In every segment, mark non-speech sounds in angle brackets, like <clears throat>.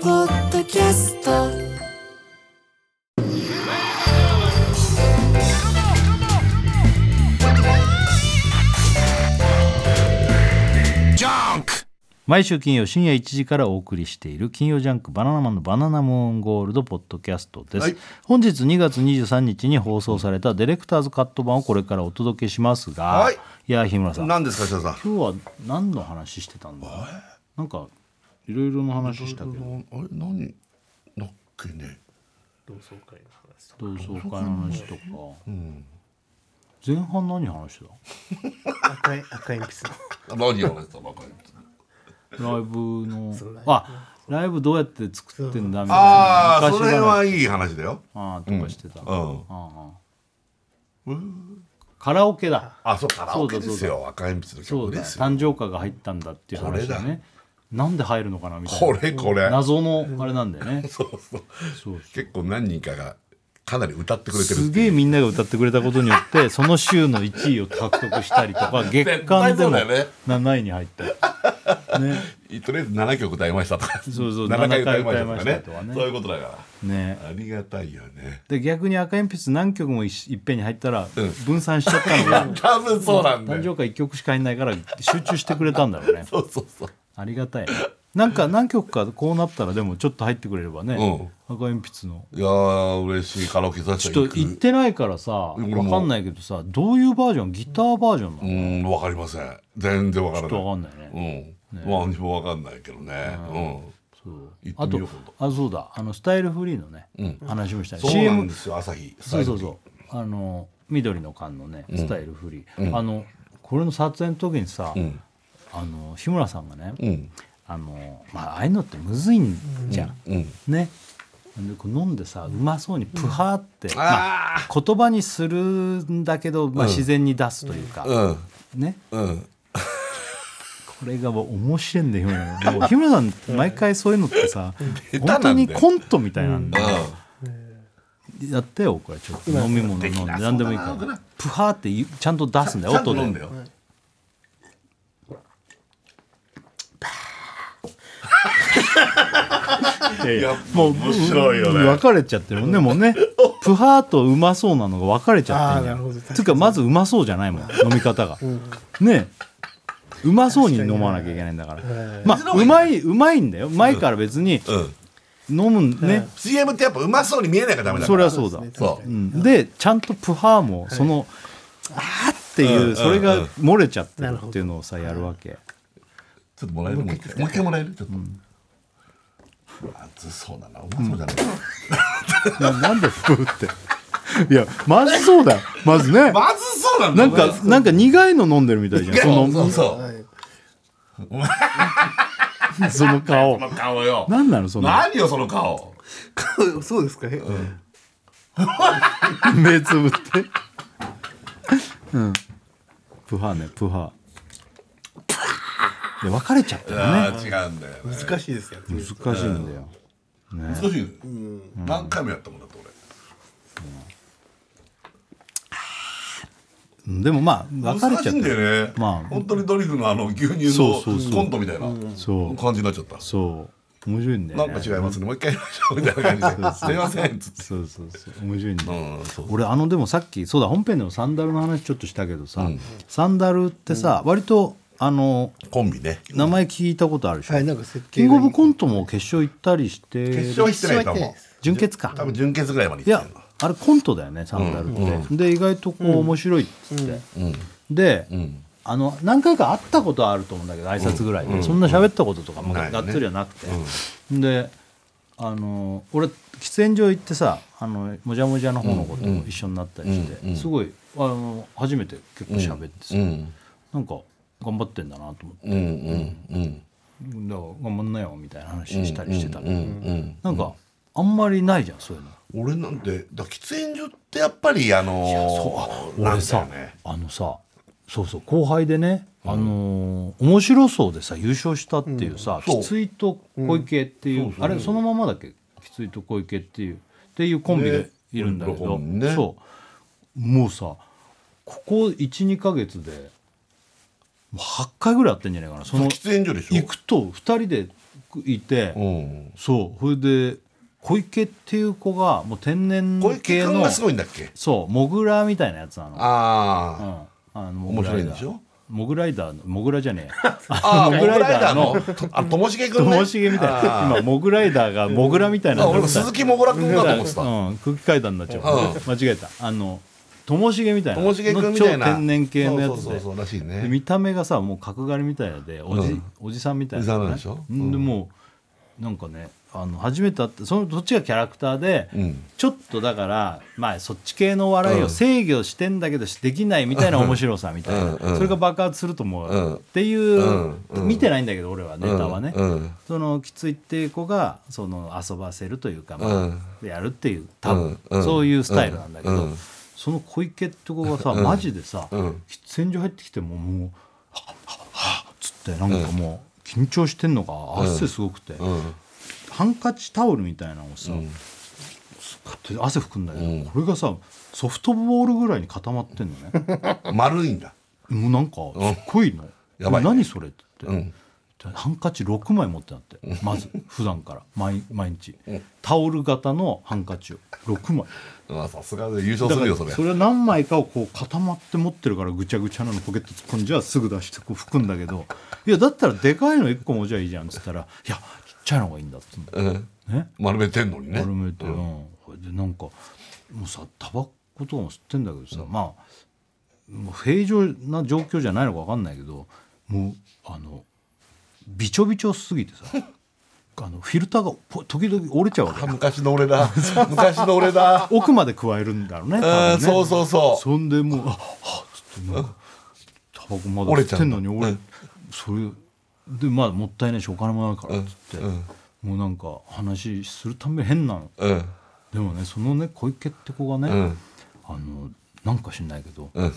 ポッドキャスト毎週金曜深夜1時からお送りしている金曜ジャンクバナナマンのバナナムーンゴールドポッドキャストです、はい本日2月23日に放送されたディレクターズカット版をこれからお届けしますが、はいや日村さん今何ですか設楽さん日は何の話してたんだなんかいろいろの話したけどあれ何だっけね同窓会の話とか、前半何話して赤い赤い鉛筆の何を話したばかりたライブのあライブどうやって作ってんだみたいなああその辺話はいい話だよあーとかしてた、うんカラオケだあそうカラオケですそうよ赤鉛筆のそう曲だですよ誕生歌が入ったんだっていう話だこれだねなんで入るのかなみたいなこれこれ謎のあれなんだよ <laughs> ねそうそうそう結構何人かがかなり歌ってくれてるすげえみんなが歌ってくれたことによ <laughs> ってその週の1位を獲得したりとか月間で絶対そうもだよね7位に入ったりねとりあえず7曲歌いましたとかそうそう7回歌いま7回歌いまししたたととかかねねそういうことだからねありがたいよねで逆に赤鉛筆何曲もいっぺんに入ったらうん分散しちゃったの <laughs> が多分そうなんだ誕よ生会1曲しか入んないから集中してくれたんだろうね <laughs> そうそうそうありがたいねなんか何曲かこうなったらでもちょっと入ってくれればね赤鉛筆のいやー嬉しいカラオケさせちてょっ行と行っくてないからさ俺分もかんないけどさどういうバージョンギターバージョンなうのんわかりません全然わからちょなっいと分かんないねうん、何もわかんないけどね。うん。そう行あってとみよう今度あそうだあのスタイルフリーのね話もしたいそうなん CM ですよ、朝日。そうそうそうあの緑の缶のねスタイルフリーあのこれの撮影の時にさあの日村さんがねうん。あのまあああいうのってむずいんじゃんうん。ねでこう飲んでさうまそうにプハーって、まあ、ああ。言葉にするんだけど、まあ、自然に出すというか、うん。ねうん。これがもう面白いんだよ日村さんもう日村さん毎回そういうのっ <laughs> てさ手なんだよ本当にコントみたいなんで、やってよこれちょっと飲み物飲んで何でもいいからプハーって言うちゃんと出すんだよちゃんと音で飲んだよ。 <laughs> いやいややもう面白いよねうん分かれちゃってるもんねもうねプハーとうまそうなのが分かれちゃってるあーなるほど確かにつうかまずうまそうじゃないもん飲み方が、ねうまそうに飲まなきゃいけないんだからまあうまいうまいんだようまいから別にうん。飲むんね、 CM ってやっぱうまそうに見えないからダメだかそれら。はそうだそうう。ん、でちゃんとプハーもその、あーっていう、それが漏れちゃってるっていうのをさやるわけちょっともらえるもう一回もう一回もらえるちょっと。熱そうだな。うまそうじゃない。ななんでプーっていやまずそうだよまずねまずそうなんだなよんかなんか苦いの飲んでるみたいじゃんそそうのそう。その顔この顔よ。なんなのその何よ、その顔。顔 <laughs> そうですかね、目つぶってうんプハーねプハーで別れちゃったよねああ、違うんだよね。難しいですよね難しいんだよ難しいね。何回もやったもんだって俺。うんでもまあ別れちゃ難しいっんただよよね、まあ本当にドリフのあの牛乳そうそうそのうコントみたいなそう感じになっちゃった、そう面白いんだよなねんか違いますねもう一回やりましょうみたいな感じで「すいません」っつってそうそうそう面白いんだよ、うんそう俺あのでもさっきそうだ本編でもサンダルの話ちょっとしたけどさ、サンダルってさ、割とあのコンビね名前聞いたことあるでしょ、はいなんか設計キングオブコントも決勝行ったりして決勝は行ってないと思う準決か多分準決ぐらいまでい行っやてんのあれコントだよねサンダルって、で意外とこう面白いっつって、で、あの何回か会ったことはあると思うんだけど挨拶ぐらいで、そんな喋ったこととかもないねがっつりはなくて、であの俺喫煙所行ってさあのもじゃもじゃの方のことも一緒になったりして、すごいあの初めて結構喋ってさ、うんなんか頑張ってんだなと思ってうんうんうんだから頑張んなよみたいな話したりしてた、うんうんなんかあんまりないじゃんそういうの俺なんてだから喫煙所ってやっぱりあのー、なん俺だよさ、ねあのさそうそう後輩でね、あのー面白そうでさ優勝したっていうさ「そうきついと小池」っていう、あれそのままだっけ「きついと小池」っていうっていうコンビがねいるんだけど、うんねそうもうさここ12か月でもう8回ぐらいあってんじゃないかなその喫煙所でしょ行くと2人でいて、うん、そうそれで小池っていう子がもう天然小池系君のがすごいんだっけそうモグラみたいなやつなのあうんあの面白いんでしょモグライダーのモグラじゃ <laughs> ねえあああモモググラライイダーダーののあともしげ君とねもしげみたいな今モグライダーがモグラみたいなあの俺になもった鈴木もぐら君だと思ってた、うん、空気階段になっちゃう間違えたあのともしげみたいとなもしげ君みたいなの超天然系のやつそうそうそうそうらしいででね見た目がさもう角刈りみたいなのでおじ,、うんおじさんみたいなおじさんなんでしょんでもうなんかねあの初めて会ってそのどっちがキャラクターで、うんちょっとだから、まあ、そっち系の笑いをうん制御してんだけどしできないみたいな面白さみたいな、うんうんそれが爆発すると思う、うんっていう、うんうん見てないんだけど俺はネタはね、うんうんそのきついっていう子がその遊ばせるというか、まあうんやるっていう多分、うんうんそういうスタイルなんだけど、うんうんその小池って子がさ、マジでさ、うん喫煙所入ってきてももう「はっはっはっ」つってなんかもう緊張してんのか汗すごくて、うんハンカチタオルみたいなのをさ、うん使って汗拭くんだけど、うんこれがさソフトボールぐらいに固まってん <laughs> のね丸いんだもうなんかすっごいの、やばいね何それって言って、うんハンカチ6枚持ってなって <laughs> まず普段から毎毎日、タオル型のハンカチを6枚あさすがで優だ勝かするらよそれそれは何枚かをこう固まって持ってるからぐちゃぐちゃなのポケット突っ込んじゃすぐ出してこう拭くんだけど「いやだったらでかいの1個持ちゃいいじゃん」っつったら「いやちっちゃいのがいいんだ」っつってうんね丸めてんのにね丸めて、うんそれでなんかもうさタバコとかも吸ってんだけどさ、まあもう平常な状況じゃないのか分かんないけどもうあのびちょびちょすぎてさ <laughs> あのフィルターがぽ時々折れちゃうわあ <laughs> け昔の俺だ昔の俺だ奥まで加えるんだろうね多うん分ねそうそうそうそんでもう「あはっ」つってなんかタバコまだ折れ吸ちゃっうてんのにうん俺それでまあもったいないしお金もないからっつって、うんもうなんか話するたんびに変なのうんでもねそのね小池って子がね、うんあのなんか知んないけどうん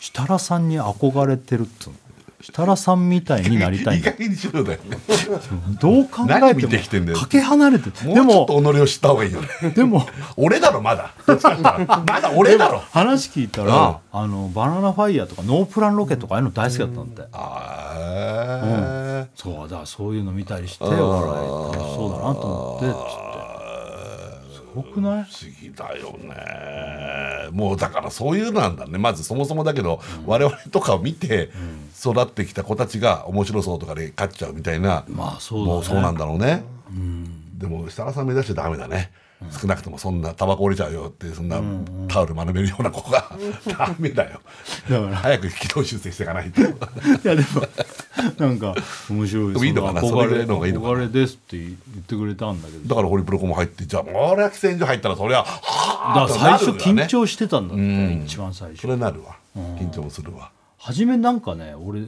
設楽さんに憧れてるっつうの設楽さんみたいになりたいいんい加だ減にしろだよねどう考え何て見もてきてんだよかけ離れてもるうでちょっもと己を知った方がいいよねでも俺だろまだどっちかって言ったらまだ俺だろ話聞いたら、あのバナナファイヤーとかノープランロケとかああいうの大好きだったんだって、あそうだそういうの見たりしてお笑い楽しそうだなと思ってつってすごくないー不思議だよねもうだからそういうのなんだねまずそもそもだけど、我々とかを見て育ってきた子たちが面白そうとかで勝っちゃうみたいな、まあそうだねもうそうなんだろうね、でも設楽さん目指しちゃダメだね、少なくともそんなタバコ折れちゃうよってそんなタオル丸めるような子がダメだよだから早く軌道修正していかないといやでもなんか面白いでもいいのかなその憧それれぐらいの方がいいのかな憧れですって言ってくれたんだけどだからホリプロコも入ってじゃあ俺は喫煙所入ったらそりゃはだあから最初となるよね緊張してたんだって、うん一番最それ初なるわ緊張もするわ初めなんかね俺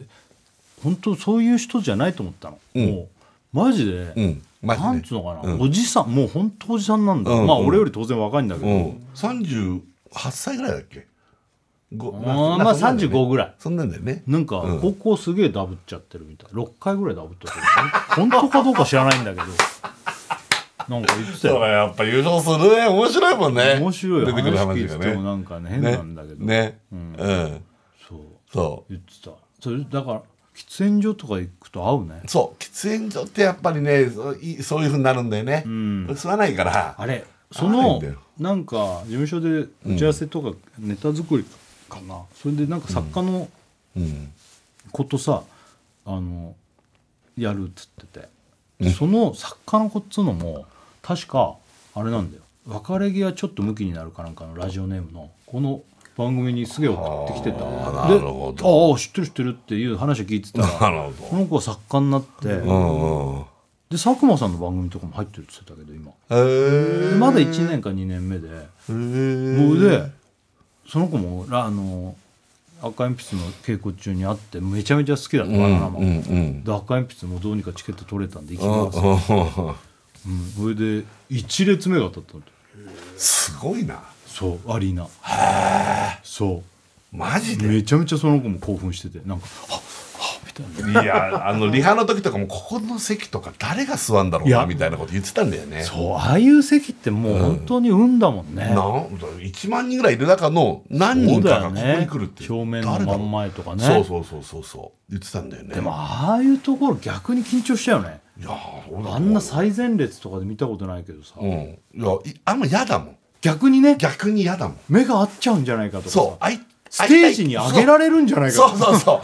本当そういう人じゃないと思ったの、んもうマジで、うんマジでなんつうのかな、うんおじさんもう本当おじさんなんだ、うんまあ俺より当然若いんだけど、うん38歳ぐらいだっけごあーなんかまあそんなんだよね35ぐらいそんなんだよねなんかうん高校すげえダブっちゃってるみたい6回ぐらいダブっちゃってる本当かどうか知らないんだけどなんか言ってたそようだやっぱ優勝するね面白いもんね面白い出話てくる話聞いてがてもなねんかね変なんだけど、ねううんんそうそ言ってたそれだから喫煙所とか行くと合うねうそう喫煙所ってやっぱりねそういそういうふうになるんだよね吸わないからあれ合そわないのんだよなんか事務所で打ち合わせとかネタ作りかな、それでなんか作家のうん子とさ、あのやるっつってて、その作家の子っつうのも確かあれなんだよ別れ際ちょっとムキになるかなんかのラジオネームのこの番組にすげえ送ってきてたであーなるほどああ知ってる知ってるっていう話聞いてたならるこほの子は作家になって、どうんうんで佐久間さんの番組とかも入ってるって言ってたけど今へーまだ1年か2年目でへーもうでその子もらあの赤鉛筆の稽古中にあってめちゃめちゃ好きだったうバナんナマン、うんうんで赤鉛筆もどうにかチケット取れたんで行きうます、うんんうんそれで1列目が当たったんだすごいなそうアリーナそうマジでめちゃめちゃその子も興奮しててなんか「はっはっ」みたいないやあのリハの時とかもここの席とか誰が座んだろういなやみたいなこと言ってたんだよねそうああいう席ってもう本当に運だもんね、なん1万人ぐらいいる中の何人かがここに来るっていうそうだよね誰だろう正面の真ん前とかねそうそうそうそうそう言ってたんだよねでもああいうところ逆に緊張しちゃうよねいや俺あんな最前列とかで見たことないけどさ、うんいやいあんま嫌だもん逆にね逆に嫌だもん目が合っちゃうんじゃないかとかさそうあいステージに上げられるんじゃないかとそかうそうそうそう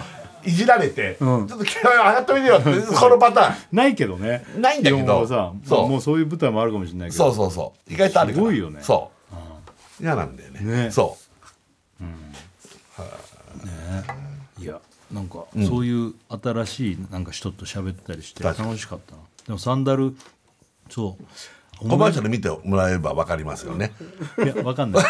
いじられて、うんちょっと気合を上がってみてよってこのパターンないけどねないんだけど基本はさそうもうそういう舞台もあるかもしれないけどそうそうそう意外とあるからすごいよねそう、嫌なんだよねねそういやなんかそういう新しいなんか人と喋ったりして確かに楽しかったなでもサンダルそうコマーシャル見てもらえれば分かりますよねいやわかんない <laughs>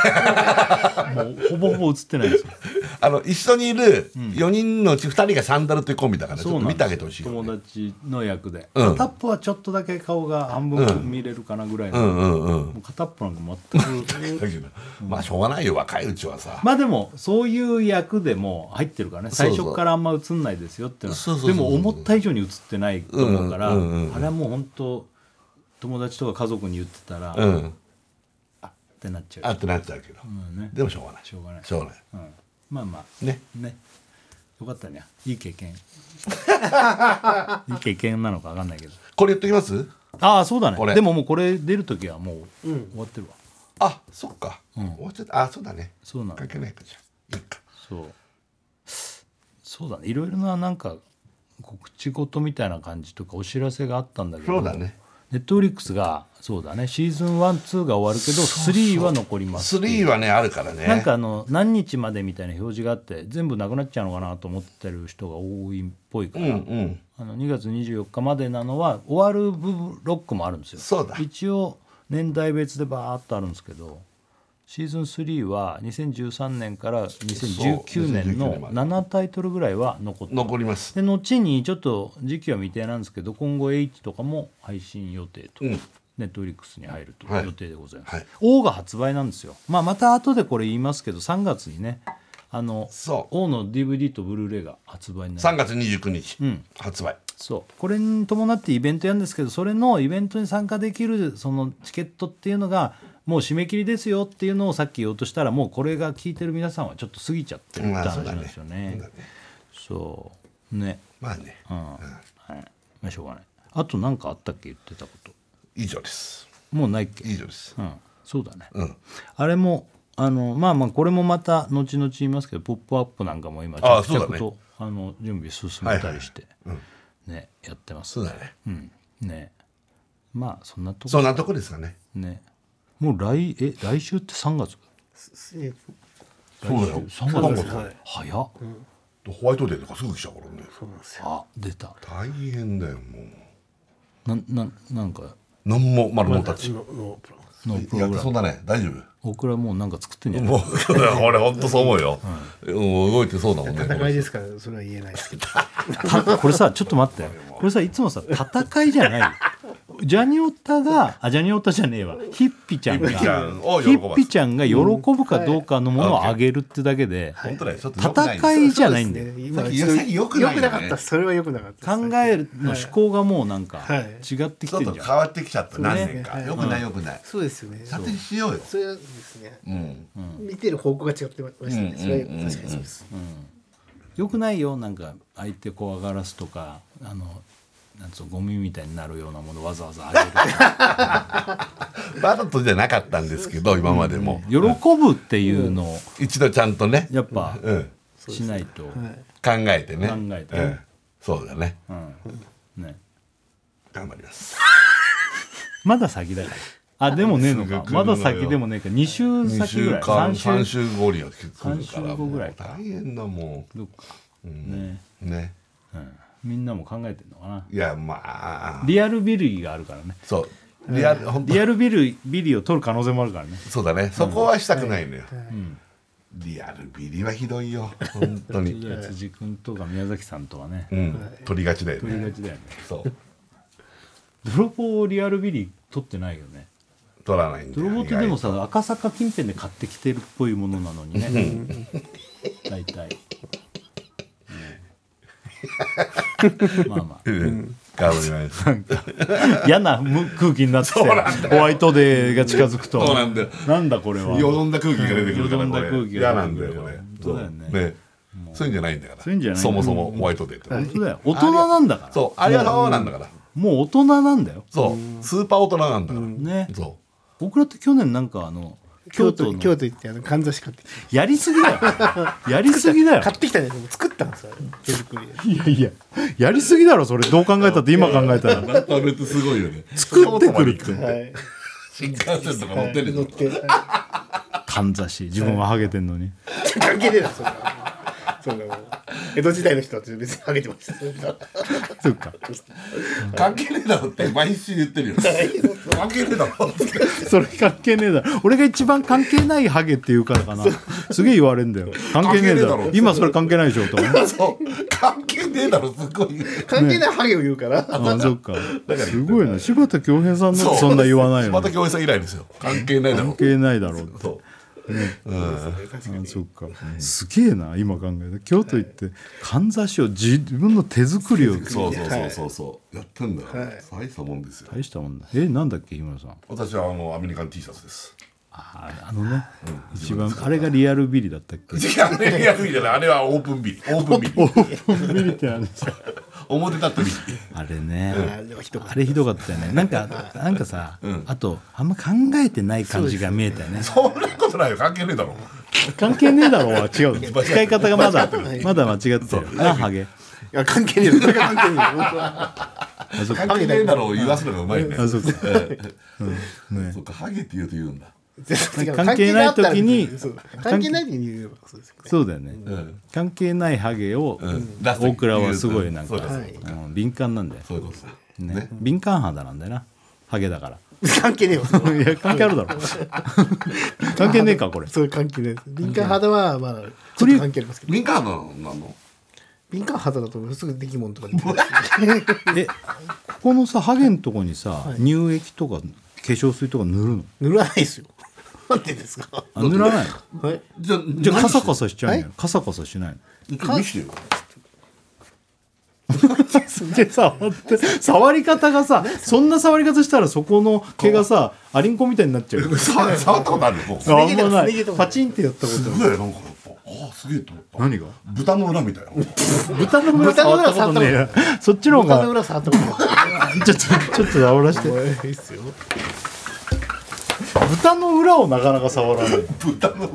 もうほぼほぼ映ってないですよあの一緒にいる4人のうち2人がサンダルというコンビだからちょっと見てあげてほしいよ、ね、友達の役で、うん片っぽはちょっとだけ顔が半分見れるかなぐらいの、うんうんうんもう片っぽなんか全くだ <laughs> けどまあしょうがないよ若いうちはさ、まあでもそういう役でも入ってるからねそう最そう初からあんま映んないですよっていうのはそうそうそうそうでも思った以上に映ってないと思うから、うんうんうんうんあれはもう本当友達とか家族に言ってたら、うっんてなっちゃうあってなっちゃうけど、うんねでもしょうがないしょうがないしょうがないうんまあまあねねよかったねいい経 <laughs> 験いい経験なのか分かんないけどこれ言っときますああそうだねこれでももうこれ出る時はもう終わってるわ、あそっか、終わっちゃったあそうだねそうなんだ関係ないかじゃんいいかそうそうだねいろいろななんか告知事みたいな感じとかお知らせがあったんだけどそうだねネットフリックスがそうだねシーズン12が終わるけど3は残りますっていう3はねあるからねなんかあの何日までみたいな表示があって全部なくなっちゃうのかなと思ってる人が多いっぽいかうら、んうんあの2月24日までなのは終わる部分ロックもあるんですよそうだ一応年代別でバーっとあるんですけどシーズン3は2013年から2019年そう2019の年まで7タイトルぐらいは残って残りますで後にちょっと時期は未定なんですけど今後 H とかも配信予定と、うんネットフリックスに入るとはい予定でございます、はい O が発売なんですよ、まあ、また後でこれ言いますけど3月にねあのそう O の DVD とブルーレイが発売にな3る月29日、ん発売そうこれに伴ってイベントやるんですけどそれのイベントに参加できるそのチケットっていうのがもう締め切りですよっていうのをさっき言おうとしたらもうこれが聞いてる皆さんはちょっと過ぎちゃってるってまあそ話うだなんでねすよそねうだね。そうねまあね、うん、はい、まあしょうがないあと何かあったっけ言ってたこと以上ですもうないっけ以上ですうんそうだね、うんあれもあのまあまあこれもまた後々言いますけど「ポップアップなんかも今着あ々そうだねとあ、の準備進めたりして、ねやってますそうだねうんねまあそんなとそこんなとこですかねねもう来え来週って3月すえそうだよ3三月月はい早っ、ホワイトデーとかすぐ来ちゃうからねそうなんですよあ出た大変だよもうなんなんなんか何も丸のたちののプロのプいロやグラそムんなね大丈夫僕らもうなんか作ってんじゃないもう俺本当そう思うよ、うん動いてそうだもんね戦いですからそれは言えないですけどたこれさちょっと <laughs> 待ってこれさいつもさ戦いじゃないよジャニオタがあジャニオタじゃねえわヒッピちゃんがヒヒッピちゃんを喜ばすッピちゃんが喜ぶかどうかのものをあげるってだけで本当だよちょっと良くない戦いじゃないんだよそうですね今さっきさっき良くないよね良かったそれは良くなかったです考えるの思考がもうなんかはい違ってちきてょっるとじ変ゃんわってきちゃった何年かそうねよくないよくないそうですよね査定しようよそれはですねうん見てる方向が違ってましたねそれは確かにそうですよくないよなんか相手怖がらすとかあのなんつうのゴミみたいになるようなものわざわざあげるとかわざとじゃなかったんですけど今までも喜 <laughs> ぶっていうのを一度ちゃんとねやっぱうんしないと、はい考えてね考えてうんそうだねうんね頑張りますまだ先だから。あ、でもねえのすぐか来。るのまよだ先でもねえか。2週2先ぐ週らい。間3 3週。週後には来るか三ら週後ぐらいもう大変だもどっかねんねうんみんなも考えてんのかな。いやまあリアルビリーがあるからね。そうリアル本当リアルビリービリーを取る可能性もあるからね。そうだねそこはしたくないのよリアルビリはひどいよ本当 <laughs> に、辻君とか宮崎さんとはねうん、取りがちだよ取りがねちだよねそう泥棒をリアルビリ取ってないよね取らないんだよ泥棒ってでもさ赤坂近辺で買ってきてるっぽいものなのにね大体、うんまあま意外うんガブリないですそうあ嫌なむ空気になってきてそうなんホワイトデーが近づくとなんだよなんだこれはよどんだ空気が出てくるからよどんだこれ空気嫌なが出んてだくるよこれそうだよねそういうんじゃないんだからそういうんじゃないそもそもホワイトデーってね、本当だよ大人なんだからそうあれはそうなんだからもう大人なんだよそうスーパー大人なんだから、ねそ僕らって去年なんかあの京京都都の京都行ってあのかんざし買ってきたやりすぎだよ <laughs> やりすぎだよ買ってきたんですよ作ったんですよ手作りでいやいややりすぎだろそれどう考えたって今考えたらうなんかあれってすごいよね作ってくるって <laughs> はい新幹線とか乗ってる乗のってはいかんざし自分はハゲてんのに関係ねえなそんなそんなもう江戸時代の人は別にハゲてましたそうか関係ねえだろって毎週言ってるよ関係ねえだろってそれ関係ねえだろ俺が一番関係ないハゲって言うからかなすげえ言われんだよ関係ね関係えだねえだろろ今それ関係ないでしょとかそう関係ねえだろすごい関係ないハゲを言うからあそうかすごいな柴田恭平さんのそんな言わないよまたね京平さん以来ですよ関係ないだろ関係ないだろうってそうあそうか、すげえな今考えた京都行ってかんざしを自分の手作りをそうそうそうそうそうやってんだよ大したもんですよ大したもんだえなんだっけ日村さん私はあのアメリカン T シャツですああのね、一番あれがリアルビリだったっけいやいやいやあれはオープンビリオープンビリビリってなんですか表立ってビあれね、あでもひどかったあれひどかったよ <laughs> ねなんかなんかさ、あとあんま考えてない感じが見えたよねそんなことないよ関係ねえだろ関係ねえだろうは違う <laughs> 使い方がまだまだ間違ってるなハゲいや関係ねえそれが関係ねえ本当はあそっか関係ねえだろを言わすのがうまいねあそっかそうかハゲって言うと言うんだ全然違う関係ない時に関係があったらそう関係ない時に言えばそうですそうだよね、ん関係ないハゲを、ん大倉はすごいなんか、そうだそうだうん敏感なんだよ、そういうことさねね敏感肌なんだよなハゲだから関係ねえわそれはいや関係あるだろ <laughs> 関係ねえかこれそれ関係ないです敏感肌はまだちょクっリと関係ありますけど民間なのなの敏感肌だとすぐできもんとか出てくるえここのさハゲのとこにさ、乳液とか化粧水とか塗るの <laughs> 塗らないですよ <laughs> なんでですかあ塗らないのはいじゃあじゃあカサカササしちゃうんやえカサカサしない見してよ <laughs> の <laughs> で触って触り方がさそんな触り方したらそこの毛がさアリンコみたいになっちゃ <laughs> う触触ったことあるもうすあげんえとこまないすげえとこパチンってやったことあごいなんかやっぱああすげえと思った何が豚の裏みたいなる豚の裏触ったことねえやそっちの方他のが裏触ったこと <laughs> ない <laughs> ちょっとちょっと触らしておいいいっすよ豚の裏をなかなか触らない <laughs> 豚の裏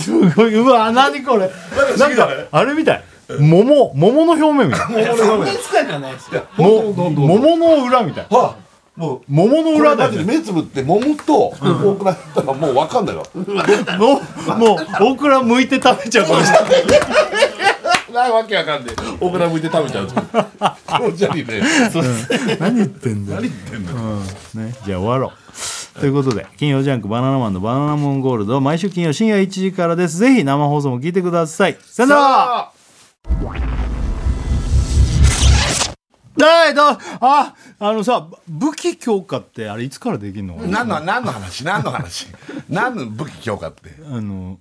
すごいうわ何これ不思なん議だねかあれみたい桃桃の表面みたい <laughs> そんなに使いがないですよも桃の裏みたいはあもう桃のこ裏れだマよジで <laughs> ね目つぶって桃と大倉だったらもう分かんないわもうもう大倉剥いて食べちゃうかもしれないなわけわかんねえ大倉向いて食べちゃうこのジャリね何言ってんだよ、何言ってんだようんね、じゃあ終わろうということで金曜ジャンク「バナナマンのバナナモンゴールド」毎週金曜深夜1時からですぜひ生放送も聞いてくださいさよならはいどうああのさ武器強化ってあれいつからできるのかな何の何の話何の話何の武器強化ってあの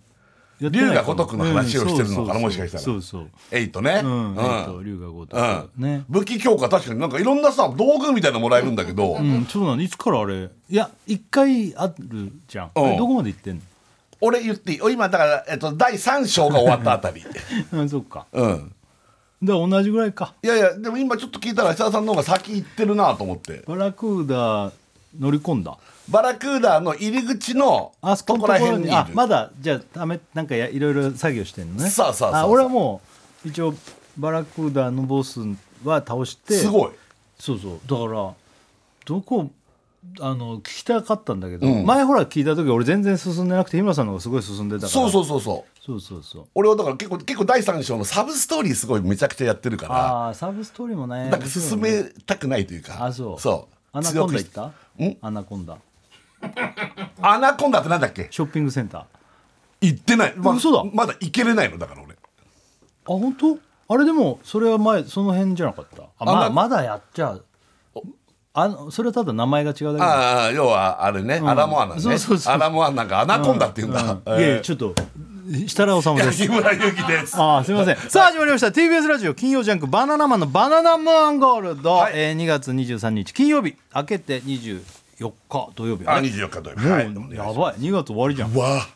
やって龍ないがかも如くの話をしてるのかなうんもしかしたらそうそうエイトねそううん、えっとうん龍が如く、うんね武器強化確かになんかいろんなさ道具みたいなのもらえるんだけど、うん、そうなんいつからあれいや一回あるじゃん、あれどこまで行ってんの俺言っていい今だから、えっと、第3章が終わったあた <laughs> りうんそっかうんだから同じぐらいかいやいやでも今ちょっと聞いたら設田さんの方が先行ってるなと思ってバラクーダ乗り込んだバラクーダーの入り口のあそことのことこらろ辺ににいるあまだじゃあためなんかやいろいろ作業してんのねそうそうそうそうあ俺はもう一応バラクーダのボスは倒してすごいそうそうだからどこあの聞きたかったんだけど、うん前ほら聞いた時俺全然進んでなくて日村さんの方がすごい進んでたからそうそううそうそうそうそうそう俺はだから結構結構第3章のサブストーリーすごいめちゃくちゃやってるかああーサブストーリーもねらなんか進めたくないというかあそうそうアナコンダ強行くしったんアナコンダアナコンダってなんだっけショッピングセンター行ってない、まあ嘘だまだ行けれないのだから俺本当あれでもそれは前その辺じゃなかったあまあなまだやっちゃうあのそれはただ名前が違うだけだああ要はあれね、アラモアナねそうそうそうアラモアナがアナコンダって言うんだ、いやいやえちょっと設楽治ーです木村祐希ですああすみませんさあ始まりました TBS ラジオ金曜ジャンク「バナナマンのバナナムーンゴールド」はいえー2月23日金曜日明けて24日土曜日あね二十四日土曜日はいもうやばい2月終わりじゃんうわ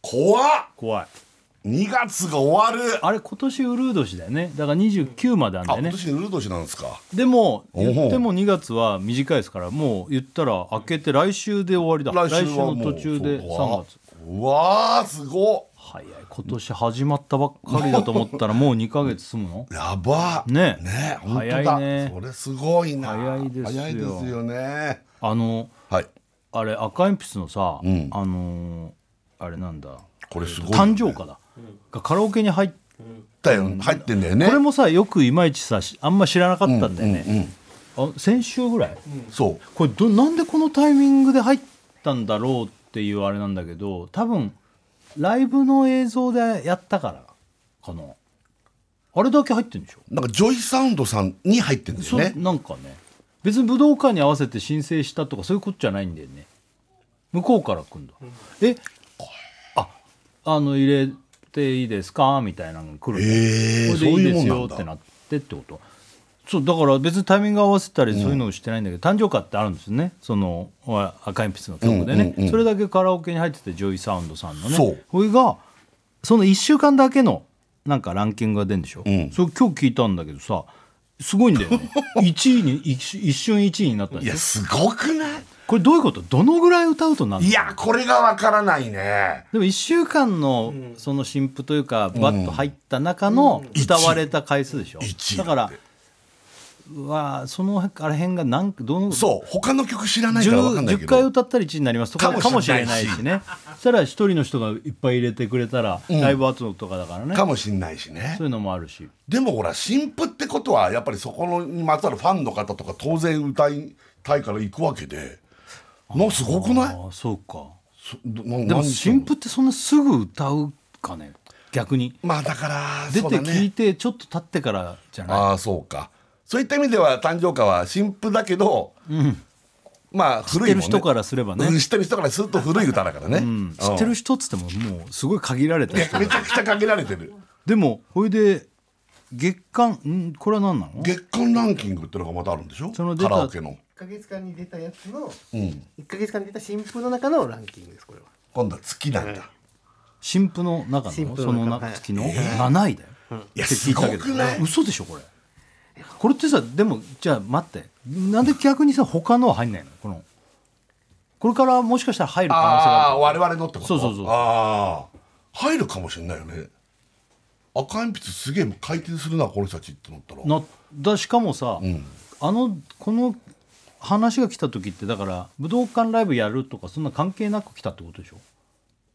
怖っ怖い2月が終わるあれ今年ウルー年だよねだから29まであんだあよ今ね年ウル年なんですかでもおほ言っても2月は短いですからもう言ったら明けて来週で終わりだ来週の途中でそううわ3月うわーすご早い今年始まったばっかりだと思ったらもう2ヶ月済むのっやばねね本当早だいねそれすごいな早いですよ早いですよねあのはいあれ赤鉛筆のさ、んあのーあれなんだこれすごい誕生花だ、がカラオケに入っだよ入ってんだよねこれもさよくいまいちさしあんま知らなかったんだよね、あ先週ぐらい、そうこれどなんでこのタイミングで入ったんだろうっていうあれなんだけど多分ライブの映像でやったからかなあれだけ入ってるんでしょなんかジョイサウンドさんに入ってんだよそうねなんかね別に武道館に合わせて申請したとかそういうことじゃないんだよね向こうから来んだ、えああの入れていいですかみたいなのが来るの、へえこれでいいですよってなってってことそうだから別にタイミング合わせたりそういうのをしてないんだけど、誕生歌ってあるんですよねそのあ赤鉛筆の曲でね、それだけカラオケに入っててジョイサウンドさんのねそうこれがその1週間だけのなんかランキングが出るんでしょ、それ今日聞いたんだけどさすごいんだよ <laughs> ね1位に一瞬一瞬1位になったんいでやすよすごくないこれどういうことどのぐらい歌うとなるのいやこれがわからないねでも1週間のその新譜というかバッと入った中の歌われた回数でしょ、一位だからうわそのあれ辺が何どのそう他の曲知らないからわかんないけ 10, ど回歌ったら1位になりますとかかかももししれれなないいししねそしたら一人の人がいっぱい入れてくれたら、ライブ後とかだからねかそもしんないしねういうのもあるしでもほら新婦ってことはやっぱりそこのにまつわるファンの方とか当然歌いたいから行くわけでなんかすごくないああそうかそなでなもん新婦ってそんなすぐ歌うかね逆にまあだから出そうてだ聞いねてちょっと経ってからじゃないああそうかそういった意味では誕生歌は新婦だけど、まあ古いもん、ね、知ってる人からすればねうん知ってる人からすると古い歌だからね、うん知ってる人っつってももうすごい限られたい人やめちゃくちゃ限られてるでもほいで月間んこれは何なの月間ランキングってのがまたあるんでしょその出カたラオケの1ヶ月間に出たやつの、1ヶ月間に出た新譜の中のランキングですこれは今度は月なんだ、新婦の中新の婦そのの中中月の7位だよ、いやすごくない嘘でしょこれこれってさでもじゃあ待ってなんで逆にさ他のは入んないのこのこれからもしかしたら入る可能性がああある我々のってことそうそうそうああ入るかもしれないよね赤鉛筆すげえ回転するなこの人たちって思ったらなだしかもさ、あのこの話が来た時ってだから武道館ライブやるとかそんな関係なく来たってことでしょ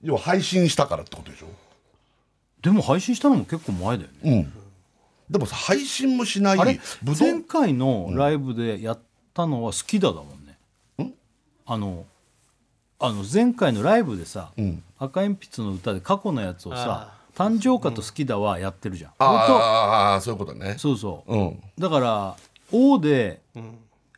要は配信したからってことでしょでも配信したのも結構前だよねでもさ配信もしなあれい武道前回のライブでやったのは「好きだ」だもんね。あのあの前回のライブでさ、赤鉛筆の歌で過去のやつをさ「誕生歌」と「好きだ」はやってるじゃん。あー本当はあーそういうことねそうそう、うんだから「O」で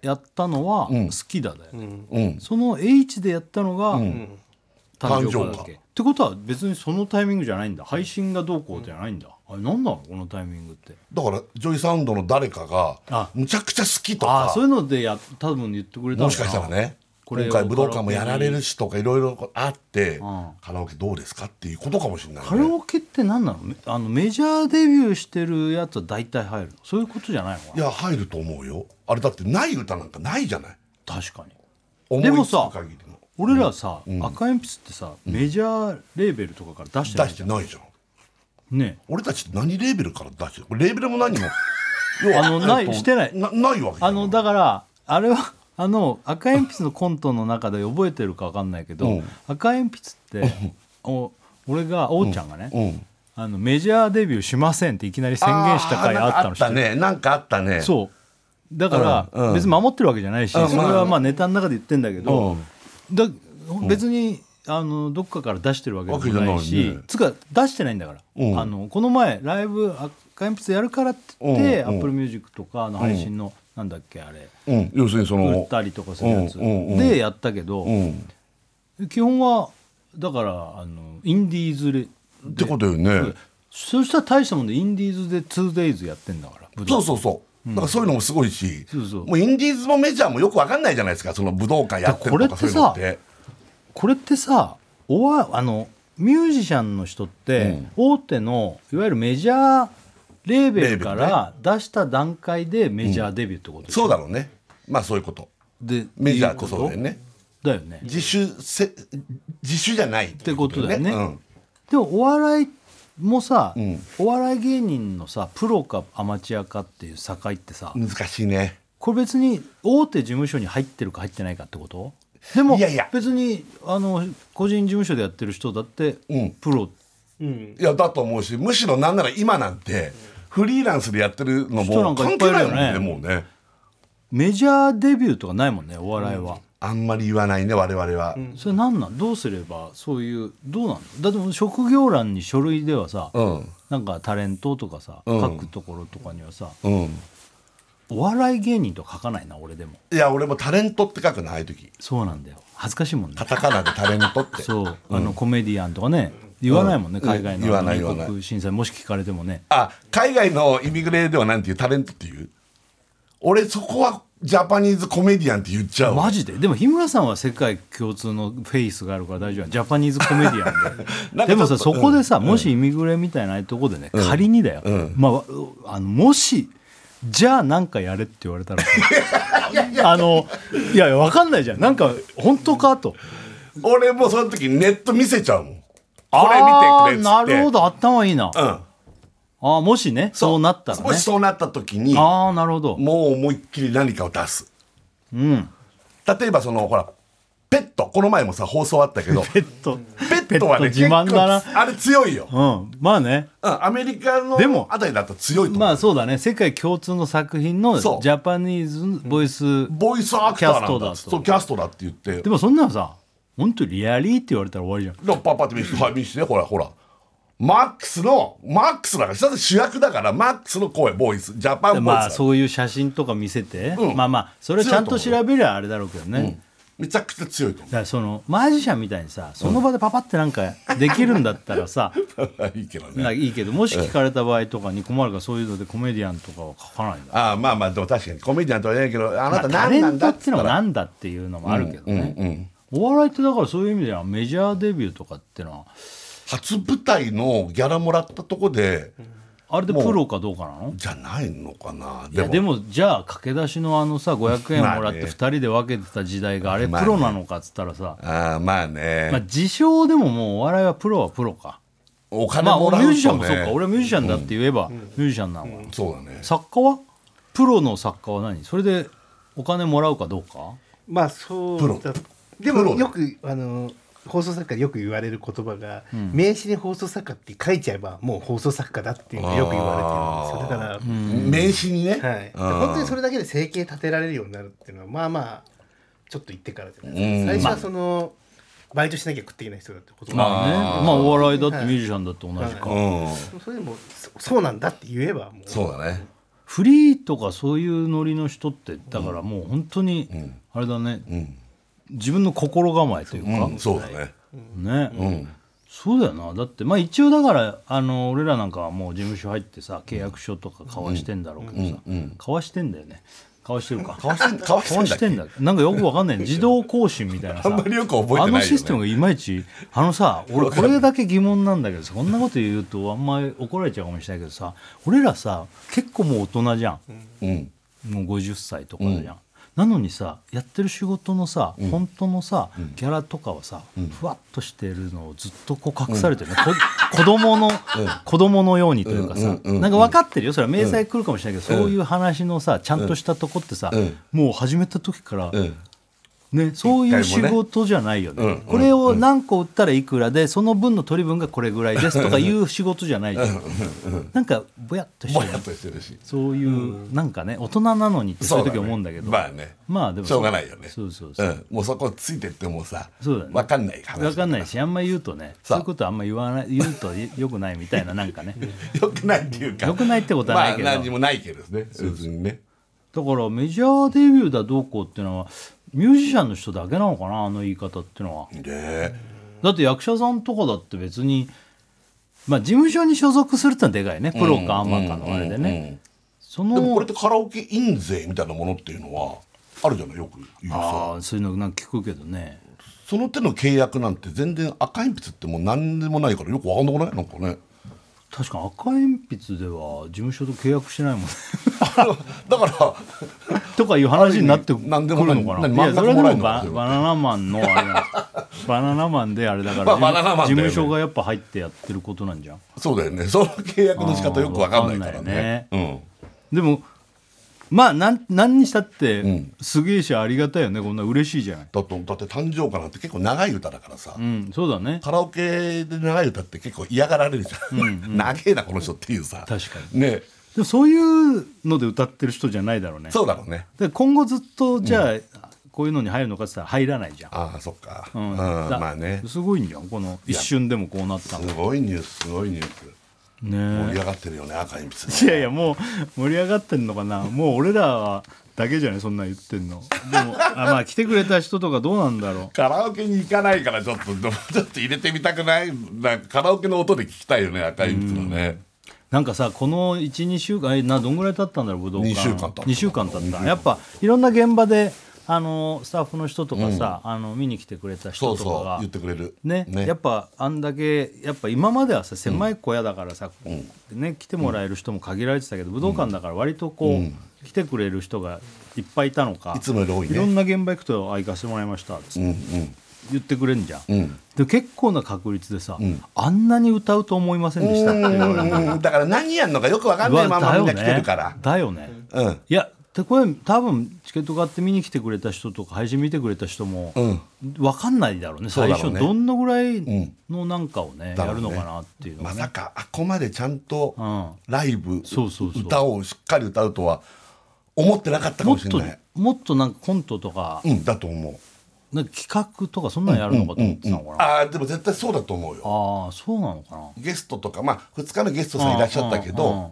やったのは「好きだ」だよ、うんその H でやったのが「誕生歌」だっ誕生けってことは別にそのタイミングじゃないんだ配信がどうこうじゃないんだ、あれ何なのこのタイミングってだからジョイサウンドの誰かがあむちゃくちゃ好きとああかそういうのでや多分言ってくれたのもしかしたらねこれを今回武道館もやられるしとかいろいろあって、んカラオケどうですかっていうことかもしれない、ね、カラオケって何なのめあのメジャーデビューしてるやつは大体入るのそういうことじゃないのいかなや入ると思うよあれだってない歌なんかないじゃない確かに思いでもつさく限りの俺らさ、赤鉛筆ってさメジャーレーベルとかから出してな出いしてじゃんないじゃんね俺たちって何レーベルから出してるこれレーベルも何も要は <laughs> あのないえっとしてないなないわけじゃんあのだからあれはあの赤鉛筆のコントの中で覚えてるか分かんないけど、うん赤鉛筆って、お俺がおうちゃんがね、うんあのメジャーデビューしませんっていきなり宣言した回あったあーなのん知かあってったるねなんかあったねうそうだから、うんうん別に守ってるわけじゃないし、うんそれはまあネタの中で言ってんだけど、だ別に、あのどっかから出してるわけでもないわけじゃないしよねつか出してないんだから、うんあのこの前ライブ赤鉛筆やるからって言って、うんうん AppleMusic とかの配信の、なんだっけあれうん、要するにそ売のったりとかするやつ、うんうんうんでやったけど、うん、っ基本はだからあのインディーズでてことよねそしたら大したもんでインディーズで 2days やってんだから舞そ台うそうそう、だからそういうのもすごいしそうそうもうインディーズもメジャーもよくわかんないじゃないですかその武道館やってるとかこそういれってうさのってこれってさおわあのミュージシャンの人って、うん大手のいわゆるメジャーレーベルかレーら出した段階でメジャーデビューってことでしょそうだろうねまあそういうことでメジャーっていうこそうとだよねだよね自主せ自主じゃないっってことだよね、うんでもお笑いもさ、んお笑い芸人のさプロかアマチュアかっていう境ってさ、難しいねこれ別に大手事務所に入ってるか入ってないかってことでもいやいや別にあの個人事務所でやってる人だってうんプロ、うん。いやだと思うしむしろなんなら今なんてフリーランスでやってるの人なんもかい関っぱいい係るないよもねんねもうねメジャーデビューとかないもんねお笑いは、あんまり言わないね我々は、それなんなんどうすればそういうどうなんのだってもう職業欄に書類ではさ、うんなんかタレントとかさ、うん書くところとかにはさうんお笑い芸人とか書かないな俺でもいや俺もタレントって書くなああいう時そうなんだよ恥ずかしいもんねカタカナでタレントってそう、あのコメディアンとかね言わないもんね、うん海外の言わない入言わない国審査もし聞かれてもねあ海外のイミグレではなんていうタレントっていう俺そこはジャパニーズコメディアンって言っちゃうわマジででも日村さんは世界共通のフェイスがあるから大丈夫ジャパニーズコメディアン <laughs> なんかちょっとででもさそこでさ、うんもしイミグレみたいなああいうとこでね、仮にだよ、まあわあのもしじゃあなんかやれって言われたら <laughs> あのいやいやわかんないじゃんなんか本当かと俺もうその時ネット見せちゃうもんこあれ見てくれっつってーなるほど頭いいな、うあんあーもしねそうなったらねもしそうなった時にもああなるほうど思いっきり何かを出すうん例えばそのほらペットこの前もさ放送あったけ <laughs> どペットペットはね自慢だな結構あれ強いよ、うんまあねうん、アメリカのでもあたりだったら強いと思う、まあそうだね世界共通の作品のジそうャパニーズボイスボイスアクターなんだキャストだとそうキャストだって言ってでもそんなのさ本当リアリーって言われたら終わりじゃんでパッパって見せて、はい、見せて、ほら、ほら。マックスの、マックスだから、下で主役だから、マックスの声、ボイス、ジャパンボイスだ、まあそういう写真とか見せて、うんまあまあそれちゃんと調べりゃあれだろうけどね、だめちゃくちゃ強いと <laughs> 思からそのマジシャンみたいにさその場でパパってなんかできるんだったらさ、う。いいけど <laughs> なんかね。いいけどもし聞かれた場合とかに困るからそういうのでコメディアンとかは書かないんだ、ああまあまあ、でも確かにコメディアンとは言えないけど、あまなあ、たタ何レなんントだっってつっのたはら。なんだっていうのもあるけどね、うんうんお笑いってだからそういう意味ではメジャーデビューとかってのは初舞台のギャラもらったとこで、あれでもうプロかどうかなのじゃないのかな。いやでもじゃあ駆け出しのあのさ500円もらっまあてね2人で分けてた時代があれプまあねロなのかっつったらさ、ああまあね、まあ、自称でももうお笑いはプロはプロか、お金まあも俺らうと、ねミュージシャンもそうか俺はミュージシャンだって言えばミュージシャンなのか、そうだね作家はプロの作家は何それでお金もらうかどうかまあそうだプでプロもだよくあの放送作家でよく言われる言葉が、名刺に放送作家って書いちゃえばもう放送作家だっていうのがよく言われてるんですよだから、名刺にね、はい、うん本当にそれだけで生計立てられるようになるっていうのはまあまあちょっと言ってからじゃないですか最初はそのバイトしなきゃ食っていけない人だってことまあねまあお笑いだってはいミュージシャンだって同じか、うん、それでもそそうなんだって言えばもうそうだねフリーとかそういうノリの人ってだからもう本当にあれだね、自分の心構えというか、うんそうだねね、そうだよなだってまあ一応だからあの俺らなんかはもう事務所入ってさ契約書とか交わしてんだろうけどさ、交わしてんだよね交わしてるか交わしてん交わしてんだっけしてんだなんかよくわかんない自動更新みたいなさあんまりよく覚えてないよねあのシステムがいまいちあ <laughs> のさ俺これだけ疑問なんだけどさこんなこと言うとあんまり怒られちゃうかもしれないけどさ俺らさ結構もう大人じゃん、うんもう50歳とかじゃん、なのにさやってる仕事のさ、本当のさギャラとかはさ、ふわっとしてるのをずっとこう隠されてるね、 <laughs> こ子供の、子供のようにというかさ、なんか分かってるよそれは明細来るかもしれないけど、そういう話のさちゃんとしたとこってさ、もう始めた時から、うんね、そう一いう回仕もね事じゃないよねうんこれを何個売ったらいくらでその分の取り分がこれぐらいですとかいう仕事じゃないじゃんなんかぼやっとしもてやっるとしてるしそういうなんかね大人なのにってそういう時思うんだけどまあねまあでもしょうがないよねそうそうそううん、もうそこついてってもさそうだねわかんない話分かんないしあんま言うとねそそうういうことあんま言わない <laughs> 言うとよくないみたいななんかねよくないっていうか良くないってことはないけどまあ何にもないけどね別にねだからメジャーデビューだどうこうっていうのはミュージシャンの人だけなのかなあの言い方っていうのはでだって役者さんとかだって別にまあ事務所に所属するってのはでかいねプロかアマかのあれでね、そでもこれのってカラオケ印税みたいなものっていうのはあるじゃないよく言うさああそういうのなんか聞くけどねその手の契約なんて全然赤鉛筆ってもう何でもないからよくわかんなくないなんかね <laughs> 確か赤鉛筆では事務所と契約してないもんねだからとかいう話になってくる何でのもないか何ないやそれ漫画もでらえもんのババナナマンのあれなんですバナナマンであれだから、ま <laughs> あバナナマンだよね事務所がやっぱ入ってやってることなんじゃんそうだよねその契約の仕方よくわかんないからねわかでもまあなん何にしたって、んすげえしありがたいよねこんな嬉しいじゃない、うん、だとだって誕生歌なんて結構長い歌だからさ、うん、そうだねカラオケで長い歌って結構嫌がられるじゃん、長えなこの人っていうさ確かねでもそういうので歌ってる人じゃないだろうねそうだろうねで今後ずっとじゃあ、こういうのに入るのかって言ったら入らないじゃん、ああそっかう、うんんだまあねすごいんじゃんこの一瞬でもこうなったすのごいニュースすごいニュース盛ねり上がってるよね赤鉛い筆やいやもう盛り上がってんのかなもう俺らだけじゃないそんなん言ってんのでもあまあ来てくれた人とかどうなんだろうカラオケに行かないからちょっとでもちょっと入れてみたくないなんかカラオケの音で聞きたいよね赤鉛筆のねなんかさこの12週間えなどんぐらい経ったんだろう武道館二週間経った二週間経ったやっぱいろんな現場であのスタッフの人とかさ、あの見に来てくれたそ人うとかがそう言ってくれるねやっぱあんだけやっぱ今まではさ狭い小屋だからさ、ね、来てもらえる人も限られてたけど、武道館だから割とこう、来てくれる人がいっぱいいたのかいつもより多いねろんな現場行くと「あ行かせてもらいました」っつってうんうん言ってくれんじゃん、んで結構な確率でさ、あんなに歌うと思いませんでした」って言われるうんだから何やんのかよくわかんないままみんな来てるから、だよねだようねんいやでこれ多分チケット買って見に来てくれた人とか配信見てくれた人も、うん分かんないだろうねそう最だろうね初どんなぐらいんのなんかをね、だろやうるねのかなっていうのまが、さかあここまでちゃんとうライブそうそうそう歌をしっかり歌うとは思ってなかったかももっしれとない。もっとなんかコントとか,、うんだと思なんか企画とかそんなんやるのかと思ってたのかな、う。ああでも絶対そうだと思うよ。ああそうなのかなゲストとかまあ2日のゲストさんいらっしゃったけうんうんうん